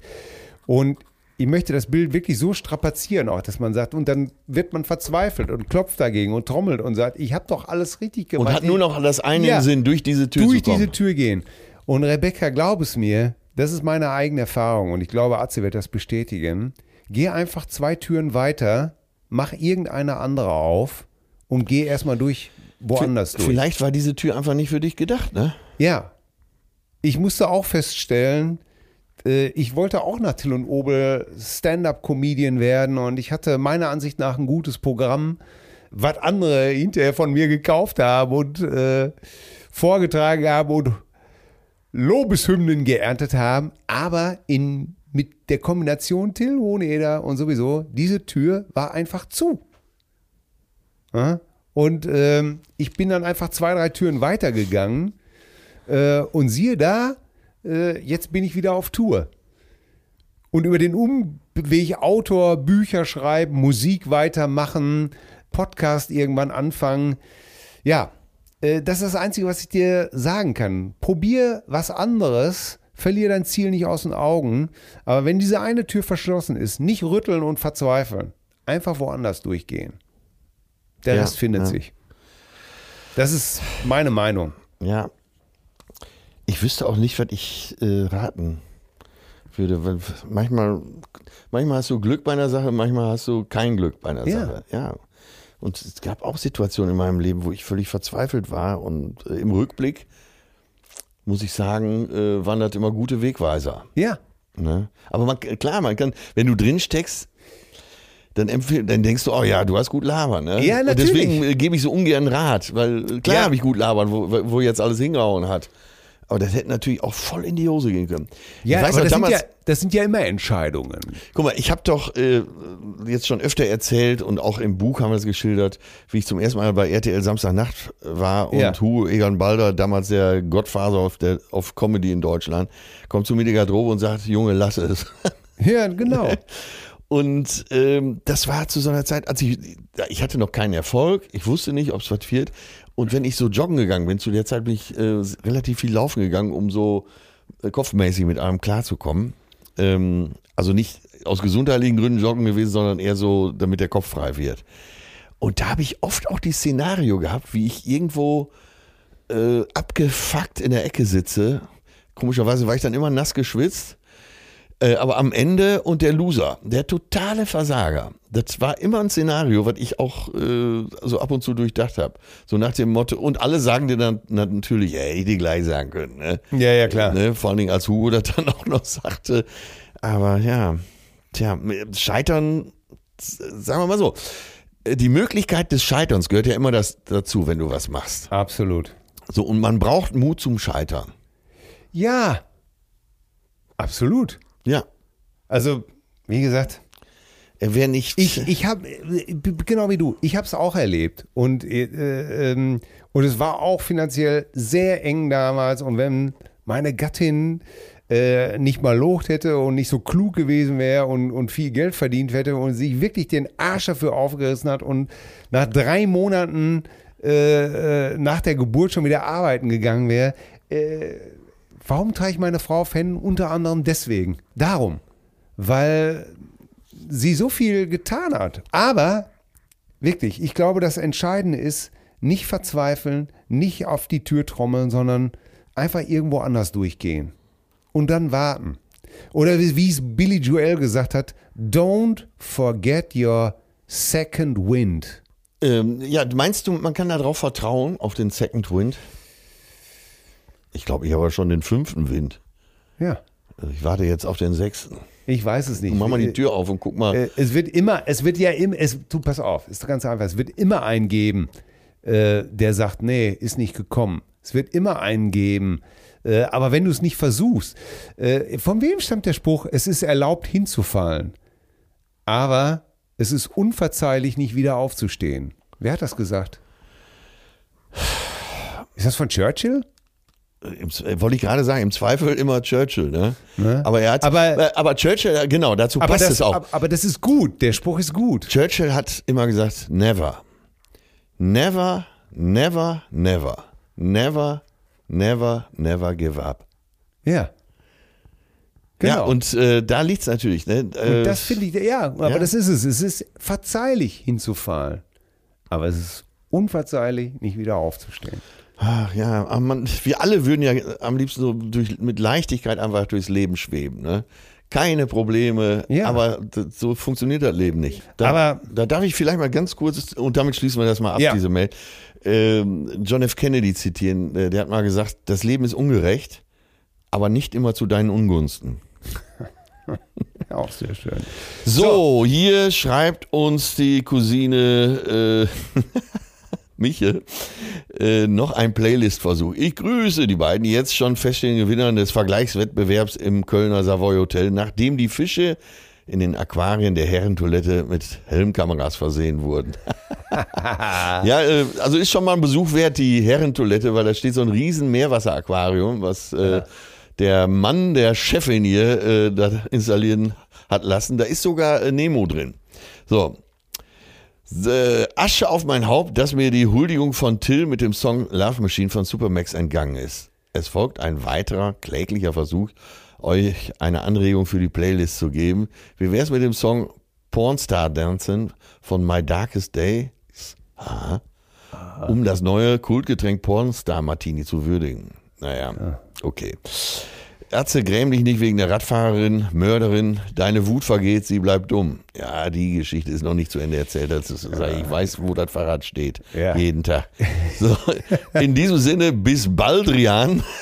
Speaker 2: Und ich möchte das Bild wirklich so strapazieren auch, dass man sagt, und dann wird man verzweifelt und klopft dagegen und trommelt und sagt, ich habe doch alles richtig gemacht.
Speaker 3: Und hat nur
Speaker 2: Ich-
Speaker 3: noch das eine
Speaker 2: Ja.
Speaker 3: im Sinn, durch diese Tür
Speaker 2: durch
Speaker 3: zu kommen.
Speaker 2: diese Tür gehen. Und Rebecca, glaub es mir, das ist meine eigene Erfahrung und ich glaube, Atze wird das bestätigen. Geh einfach zwei Türen weiter, mach irgendeine andere auf und geh erstmal durch woanders durch.
Speaker 3: Vielleicht war diese Tür einfach nicht für dich gedacht, ne?
Speaker 2: Ja. Ich musste auch feststellen, äh, ich wollte auch nach Till und Obel Stand-up-Comedian werden und ich hatte meiner Ansicht nach ein gutes Programm, was andere hinterher von mir gekauft haben und äh, vorgetragen haben und Lobeshymnen geerntet haben, aber in, mit der Kombination Till Hoheneder und sowieso, diese Tür war einfach zu. Ja? Und ähm, ich bin dann einfach zwei, drei Türen weitergegangen äh, und siehe da, äh, jetzt bin ich wieder auf Tour. Und über den Umweg Autor, Bücher schreiben, Musik weitermachen, Podcast irgendwann anfangen. Ja, äh, das ist das Einzige, was ich dir sagen kann. Probier was anderes, verlier dein Ziel nicht aus den Augen. Aber wenn diese eine Tür verschlossen ist, nicht rütteln und verzweifeln. Einfach woanders durchgehen. Der
Speaker 3: Ja,
Speaker 2: Rest findet
Speaker 3: ja.
Speaker 2: sich. Das ist meine Meinung.
Speaker 3: Ja. Ich wüsste auch nicht, was ich äh, raten würde. weil Manchmal, manchmal hast du Glück bei einer Sache, manchmal hast du kein Glück bei einer
Speaker 2: Ja.
Speaker 3: Sache. Ja. Und es gab auch Situationen in meinem Leben, wo ich völlig verzweifelt war. Und äh, im Rückblick muss ich sagen, äh, waren das immer gute Wegweiser.
Speaker 2: Ja.
Speaker 3: Ne? Aber man, klar, man kann, wenn du drin steckst, dann, empfehl, dann denkst du, oh ja, du hast gut labern. Ne?
Speaker 2: Ja,
Speaker 3: Und
Speaker 2: natürlich.
Speaker 3: deswegen äh, gebe ich so ungern Rat, weil äh, klar
Speaker 2: Ja.
Speaker 3: habe ich gut labern, wo, wo jetzt alles hingehauen hat. Aber das hätte natürlich auch voll in die Hose gehen können.
Speaker 2: Ja,
Speaker 3: ich weiß
Speaker 2: aber
Speaker 3: noch
Speaker 2: das,
Speaker 3: damals,
Speaker 2: sind ja, das sind ja immer Entscheidungen.
Speaker 3: guck mal, ich habe doch äh, jetzt schon öfter erzählt und auch im Buch haben wir das geschildert, wie ich zum ersten Mal bei RTL Samstagnacht war und
Speaker 2: Ja.
Speaker 3: Hugo Egon Balder, damals der Gottfaser auf, der, auf Comedy in Deutschland, kommt zu mir in die Garderobe und sagt, Junge, lass es. (laughs)
Speaker 2: Ja, genau.
Speaker 3: Und ähm, das war zu so einer Zeit, als ich, ich hatte noch keinen Erfolg, ich wusste nicht, ob es was wird. Und wenn ich so joggen gegangen bin, zu der Zeit bin ich äh, relativ viel laufen gegangen, um so äh, kopfmäßig mit allem klarzukommen. Ähm, also nicht aus gesundheitlichen Gründen joggen gewesen, sondern eher so, damit der Kopf frei wird. Und da habe ich oft auch die Szenario gehabt, wie ich irgendwo äh, abgefuckt in der Ecke sitze. Komischerweise war ich dann immer nass geschwitzt äh, aber am Ende und der Loser, der totale Versager, das war immer ein Szenario, was ich auch äh, so ab und zu durchdacht habe. So nach dem Motto, und alle sagen dir dann na, natürlich, ja, hätte ich gleich sagen können. Ne?
Speaker 2: Ja, ja, klar.
Speaker 3: Ne? Vor allen Dingen, als Hugo das dann auch noch sagte. Aber ja, tja, Scheitern, s- sagen wir mal so, äh, die Möglichkeit des Scheiterns gehört ja immer das, dazu, wenn du was machst.
Speaker 2: Absolut.
Speaker 3: So, und man braucht Mut zum Scheitern.
Speaker 2: Ja. Absolut.
Speaker 3: Ja.
Speaker 2: Also, wie gesagt,
Speaker 3: Wer nicht.
Speaker 2: ich, ich habe, genau wie du, ich habe es auch erlebt. Und, äh, ähm, und es war auch finanziell sehr eng damals. Und wenn meine Gattin äh, nicht mal locht hätte und nicht so klug gewesen wäre und, und viel Geld verdient hätte und sich wirklich den Arsch dafür aufgerissen hat und nach drei Monaten äh, äh, nach der Geburt schon wieder arbeiten gegangen wäre, äh, Warum trage ich meine Frau auf Händen? Unter anderem deswegen. Darum. Weil sie so viel getan hat. Aber wirklich, ich glaube, das Entscheidende ist, nicht verzweifeln, nicht auf die Tür trommeln, sondern einfach irgendwo anders durchgehen. Und dann warten. Oder wie wie es Billy Joel gesagt hat, don't forget your second wind.
Speaker 3: Ähm, ja, meinst du, man kann darauf vertrauen, auf den Second Wind? Ich glaube, ich habe schon den fünften Wind.
Speaker 2: Ja.
Speaker 3: Also ich warte jetzt auf den sechsten.
Speaker 2: Ich weiß es nicht.
Speaker 3: Mach mal die Tür auf und guck mal.
Speaker 2: Äh, Es wird immer, es wird ja immer, es, du, pass auf, ist ganz einfach, es wird immer einen geben, äh, der sagt, nee, ist nicht gekommen. Es wird immer einen geben. Äh, aber wenn du es nicht versuchst, äh, von wem stammt der Spruch, es ist erlaubt hinzufallen, aber es ist unverzeihlich, nicht wieder aufzustehen. Wer hat das gesagt? Ist das von Churchill?
Speaker 3: Im Z- äh, Wollte ich gerade sagen, im Zweifel immer Churchill, ne? Aber er hat,
Speaker 2: Aber-
Speaker 3: äh, aber Churchill, äh, genau, dazu
Speaker 2: Aber
Speaker 3: passt
Speaker 2: das,
Speaker 3: es auch.
Speaker 2: ab- aber das ist gut, der Spruch ist gut.
Speaker 3: Churchill hat immer gesagt, never. Never, never, never. Never, never, never give up.
Speaker 2: Ja. Genau.
Speaker 3: Ja, und äh, da liegt es natürlich. Ne? Äh,
Speaker 2: Und das finde ich, ja, aber
Speaker 3: ja.
Speaker 2: das ist es. Es ist verzeihlich hinzufallen. Aber es ist unverzeihlich, nicht wieder aufzustehen.
Speaker 3: Ach ja, aber man, wir alle würden ja am liebsten so durch, mit Leichtigkeit einfach durchs Leben schweben. Ne? Keine Probleme,
Speaker 2: Ja.
Speaker 3: aber d- so funktioniert das Leben nicht. Da,
Speaker 2: Aber-
Speaker 3: da darf ich vielleicht mal ganz kurz, und damit schließen wir das mal ab,
Speaker 2: Ja.
Speaker 3: diese Mail, ähm, John F. Kennedy zitieren. Äh, Der hat mal gesagt, das Leben ist ungerecht, aber nicht immer zu deinen Ungunsten.
Speaker 2: Auch sehr schön.
Speaker 3: So, hier schreibt uns die Cousine äh, (laughs) Miche äh, noch ein Playlist-Versuch. Ich grüße die beiden jetzt schon feststehenden Gewinnern des Vergleichswettbewerbs im Kölner Savoy Hotel, nachdem die Fische in den Aquarien der Herrentoilette mit Helmkameras versehen wurden. ja, äh, also ist schon mal ein Besuch wert, die Herrentoilette, weil da steht so ein riesen Meerwasseraquarium, was äh, der Mann der Chefin hier äh, da installieren hat lassen. Da ist sogar äh, Nemo drin. So. Äh, Asche auf mein Haupt, dass mir die Huldigung von Till mit dem Song Love Machine von Supermax entgangen ist. Es folgt ein weiterer kläglicher Versuch, euch eine Anregung für die Playlist zu geben. Wie wär's mit dem Song Pornstar Dancing von My Darkest Ah, Day? Aha. Um das neue Kultgetränk Pornstar Martini zu würdigen. Naja, okay. Ärzte gräm dich nicht wegen der Radfahrerin, Mörderin. Deine Wut vergeht, sie bleibt dumm. Ja, die Geschichte ist noch nicht zu Ende erzählt. Das ist, ich weiß, wo das Fahrrad steht.
Speaker 2: Ja.
Speaker 3: Jeden (laughs) Tag. So, in diesem Sinne, bis Baldrian. (laughs)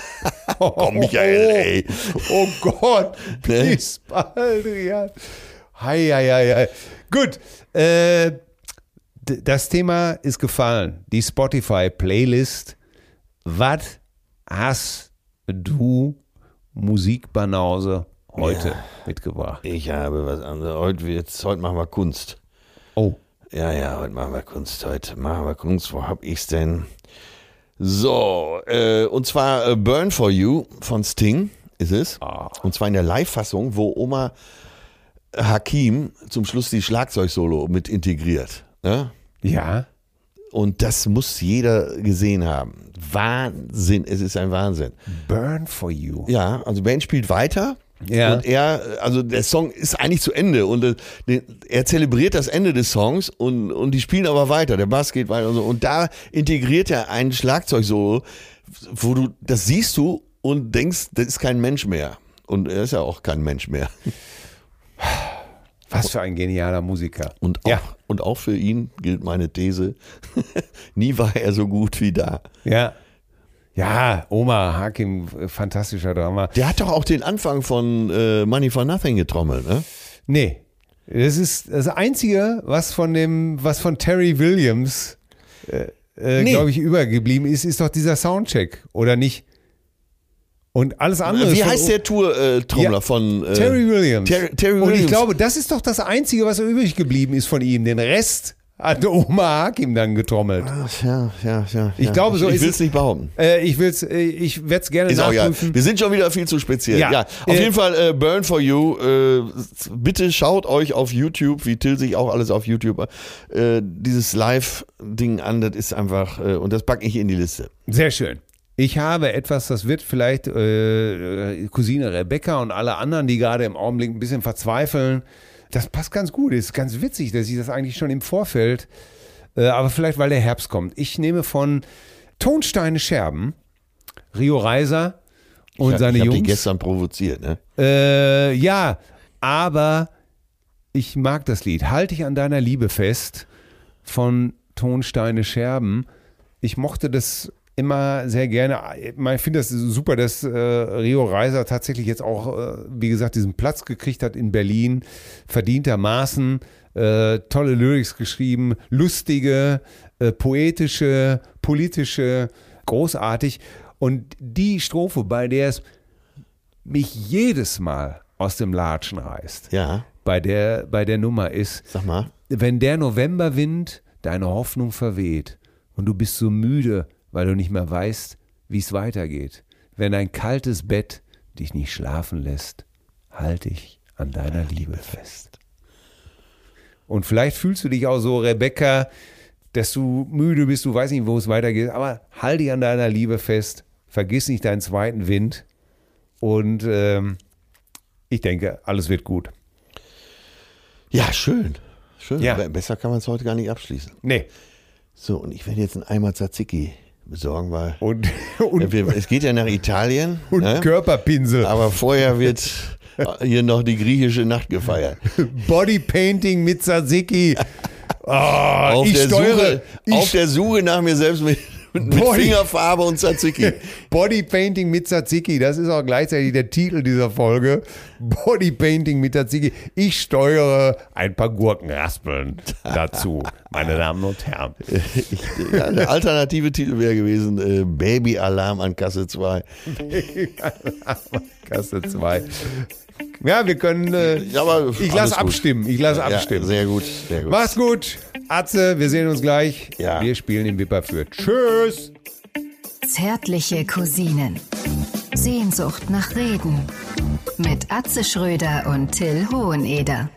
Speaker 3: Oh, Michael, ey.
Speaker 2: Oh Gott,
Speaker 3: (laughs) Ne?
Speaker 2: bis bald, Rian. Hei, hei, hei, hei. Gut, äh, d- das Thema ist gefallen. Die Spotify-Playlist. Was hast du, Musikbanause, heute mitgebracht?
Speaker 3: Ich habe was anderes. Heute, wird's- heute machen wir Kunst.
Speaker 2: Oh,
Speaker 3: Ja, ja, heute machen wir Kunst. Heute machen wir Kunst. Wo hab ich's denn? So, äh, und zwar äh, Burn for You von Sting ist es. Und zwar in der Live-Fassung, wo Oma Hakim zum Schluss die Schlagzeugsolo mit integriert. Ne?
Speaker 2: ja.
Speaker 3: Und das muss jeder gesehen haben. Wahnsinn, es ist ein Wahnsinn.
Speaker 2: Burn for you.
Speaker 3: Ja, also Band spielt weiter.
Speaker 2: Ja.
Speaker 3: Und er, also der Song ist eigentlich zu Ende und äh, den- er zelebriert das Ende des Songs und, und die spielen aber weiter. Der Bass geht weiter und so. Und da integriert er ein Schlagzeugsolo, wo du, das siehst du und denkst, das ist kein Mensch mehr. Und er ist ja auch kein Mensch mehr.
Speaker 2: Was für ein genialer Musiker.
Speaker 3: Und auch,
Speaker 2: Ja.
Speaker 3: und auch für ihn gilt meine These, (laughs) nie war er so gut wie da.
Speaker 2: Ja. Ja, Oma Hakim, äh, fantastischer Drama.
Speaker 3: Der hat doch auch den Anfang von äh, Money for Nothing getrommelt, ne?
Speaker 2: Nee. Das ist das Einzige, was von dem, was von Terry Williams, äh, äh,
Speaker 3: Nee.
Speaker 2: glaube ich, übergeblieben ist, ist doch dieser Soundcheck, oder nicht? Und alles andere. ist
Speaker 3: Äh, Wie
Speaker 2: von-
Speaker 3: heißt der Tour-Trommler
Speaker 2: Äh, Ja.
Speaker 3: von äh,
Speaker 2: Terry Williams.
Speaker 3: Terry, Terry
Speaker 2: Und
Speaker 3: Williams.
Speaker 2: ich glaube, das ist doch das Einzige, was übrig geblieben ist von ihm. Den Rest hat (laughs) Oma Hakim dann getrommelt.
Speaker 3: Ach, ja, ja, ja.
Speaker 2: Ich
Speaker 3: ja.
Speaker 2: glaube, so
Speaker 3: ich,
Speaker 2: ist
Speaker 3: ich will
Speaker 2: es.
Speaker 3: es nicht behaupten.
Speaker 2: Äh, ich will's, äh, ich werde es gerne
Speaker 3: Ist auch ja.
Speaker 2: nachprüfen.
Speaker 3: Wir sind schon wieder viel zu speziell.
Speaker 2: Ja.
Speaker 3: Ja. Auf
Speaker 2: Äh,
Speaker 3: jeden Fall äh, Burn for You. Äh, s- bitte schaut euch auf YouTube, wie Till sich auch alles auf YouTube äh, dieses Live-Ding an. Das ist einfach äh, und das packe ich in die Liste.
Speaker 2: Sehr schön. Ich habe etwas, das wird vielleicht äh, Cousine Rebecca und alle anderen, die gerade im Augenblick ein bisschen verzweifeln. Das passt ganz gut. Ist ganz witzig, dass ich das eigentlich schon im Vorfeld, äh, aber vielleicht weil der Herbst kommt. Ich nehme von Tonsteine Scherben, Rio Reiser und
Speaker 3: ich,
Speaker 2: seine
Speaker 3: ich hab die
Speaker 2: Jungs.
Speaker 3: gestern provoziert. Ne?
Speaker 2: Äh, ja, aber ich mag das Lied. Halte ich an deiner Liebe fest von Tonsteine Scherben. Ich mochte das immer sehr gerne. Ich finde das super, dass äh, Rio Reiser tatsächlich jetzt auch, äh, wie gesagt, diesen Platz gekriegt hat in Berlin, verdientermaßen. Äh, tolle Lyrics geschrieben, lustige, äh, poetische, politische, großartig. Und die Strophe, bei der es mich jedes Mal aus dem Latschen reißt,
Speaker 3: Ja,
Speaker 2: bei der, bei der Nummer ist,
Speaker 3: sag mal.
Speaker 2: wenn der Novemberwind deine Hoffnung verweht und du bist so müde, weil du nicht mehr weißt, wie es weitergeht. Wenn ein kaltes Bett dich nicht schlafen lässt, halte ich an deiner Liebe fest. Und vielleicht fühlst du dich auch so, Rebecca, dass du müde bist, du weißt nicht, wo es weitergeht, aber halte dich an deiner Liebe fest, vergiss nicht deinen zweiten Wind und ähm, ich denke, alles wird gut.
Speaker 3: Ja, schön. Schön.
Speaker 2: Ja.
Speaker 3: Be- Besser kann man es heute gar nicht abschließen.
Speaker 2: Nee,
Speaker 3: So, und ich werde jetzt einen Eimer Tzatziki besorgen, weil
Speaker 2: und, (laughs) und
Speaker 3: Ja, wir, es geht ja nach Italien.
Speaker 2: (laughs) Und
Speaker 3: ne?
Speaker 2: Körperpinsel.
Speaker 3: Aber vorher wird hier noch die griechische Nacht gefeiert.
Speaker 2: Bodypainting mit
Speaker 3: (laughs)
Speaker 2: Sasiki. Oh,
Speaker 3: Auf,
Speaker 2: ich
Speaker 3: der,
Speaker 2: steuere
Speaker 3: Suche, auf
Speaker 2: ich,
Speaker 3: der Suche nach mir selbst mit, mit
Speaker 2: Boy.
Speaker 3: Fingerfarbe und Tzatziki.
Speaker 2: Bodypainting mit Tzatziki. Das ist auch gleichzeitig der Titel dieser Folge. Bodypainting mit Tzatziki. Ich steuere ein paar Gurkenraspeln dazu, meine Damen und
Speaker 3: (laughs)
Speaker 2: Herren.
Speaker 3: Ich, ja, der alternative Titel wäre gewesen: äh, Baby-Alarm an Kasse 2.
Speaker 2: Kasse 2. Ja, wir können. Äh,
Speaker 3: Ja, aber
Speaker 2: ich
Speaker 3: alles
Speaker 2: lasse
Speaker 3: gut.
Speaker 2: abstimmen. Ich lasse
Speaker 3: Ja,
Speaker 2: abstimmen.
Speaker 3: sehr gut, sehr gut.
Speaker 2: Mach's gut. Atze, wir sehen uns gleich.
Speaker 3: Ja.
Speaker 2: Wir spielen im Wipper für. Tschüss.
Speaker 1: Zärtliche Cousinen. Sehnsucht nach Reden. Mit Atze Schröder und Till Hoheneder.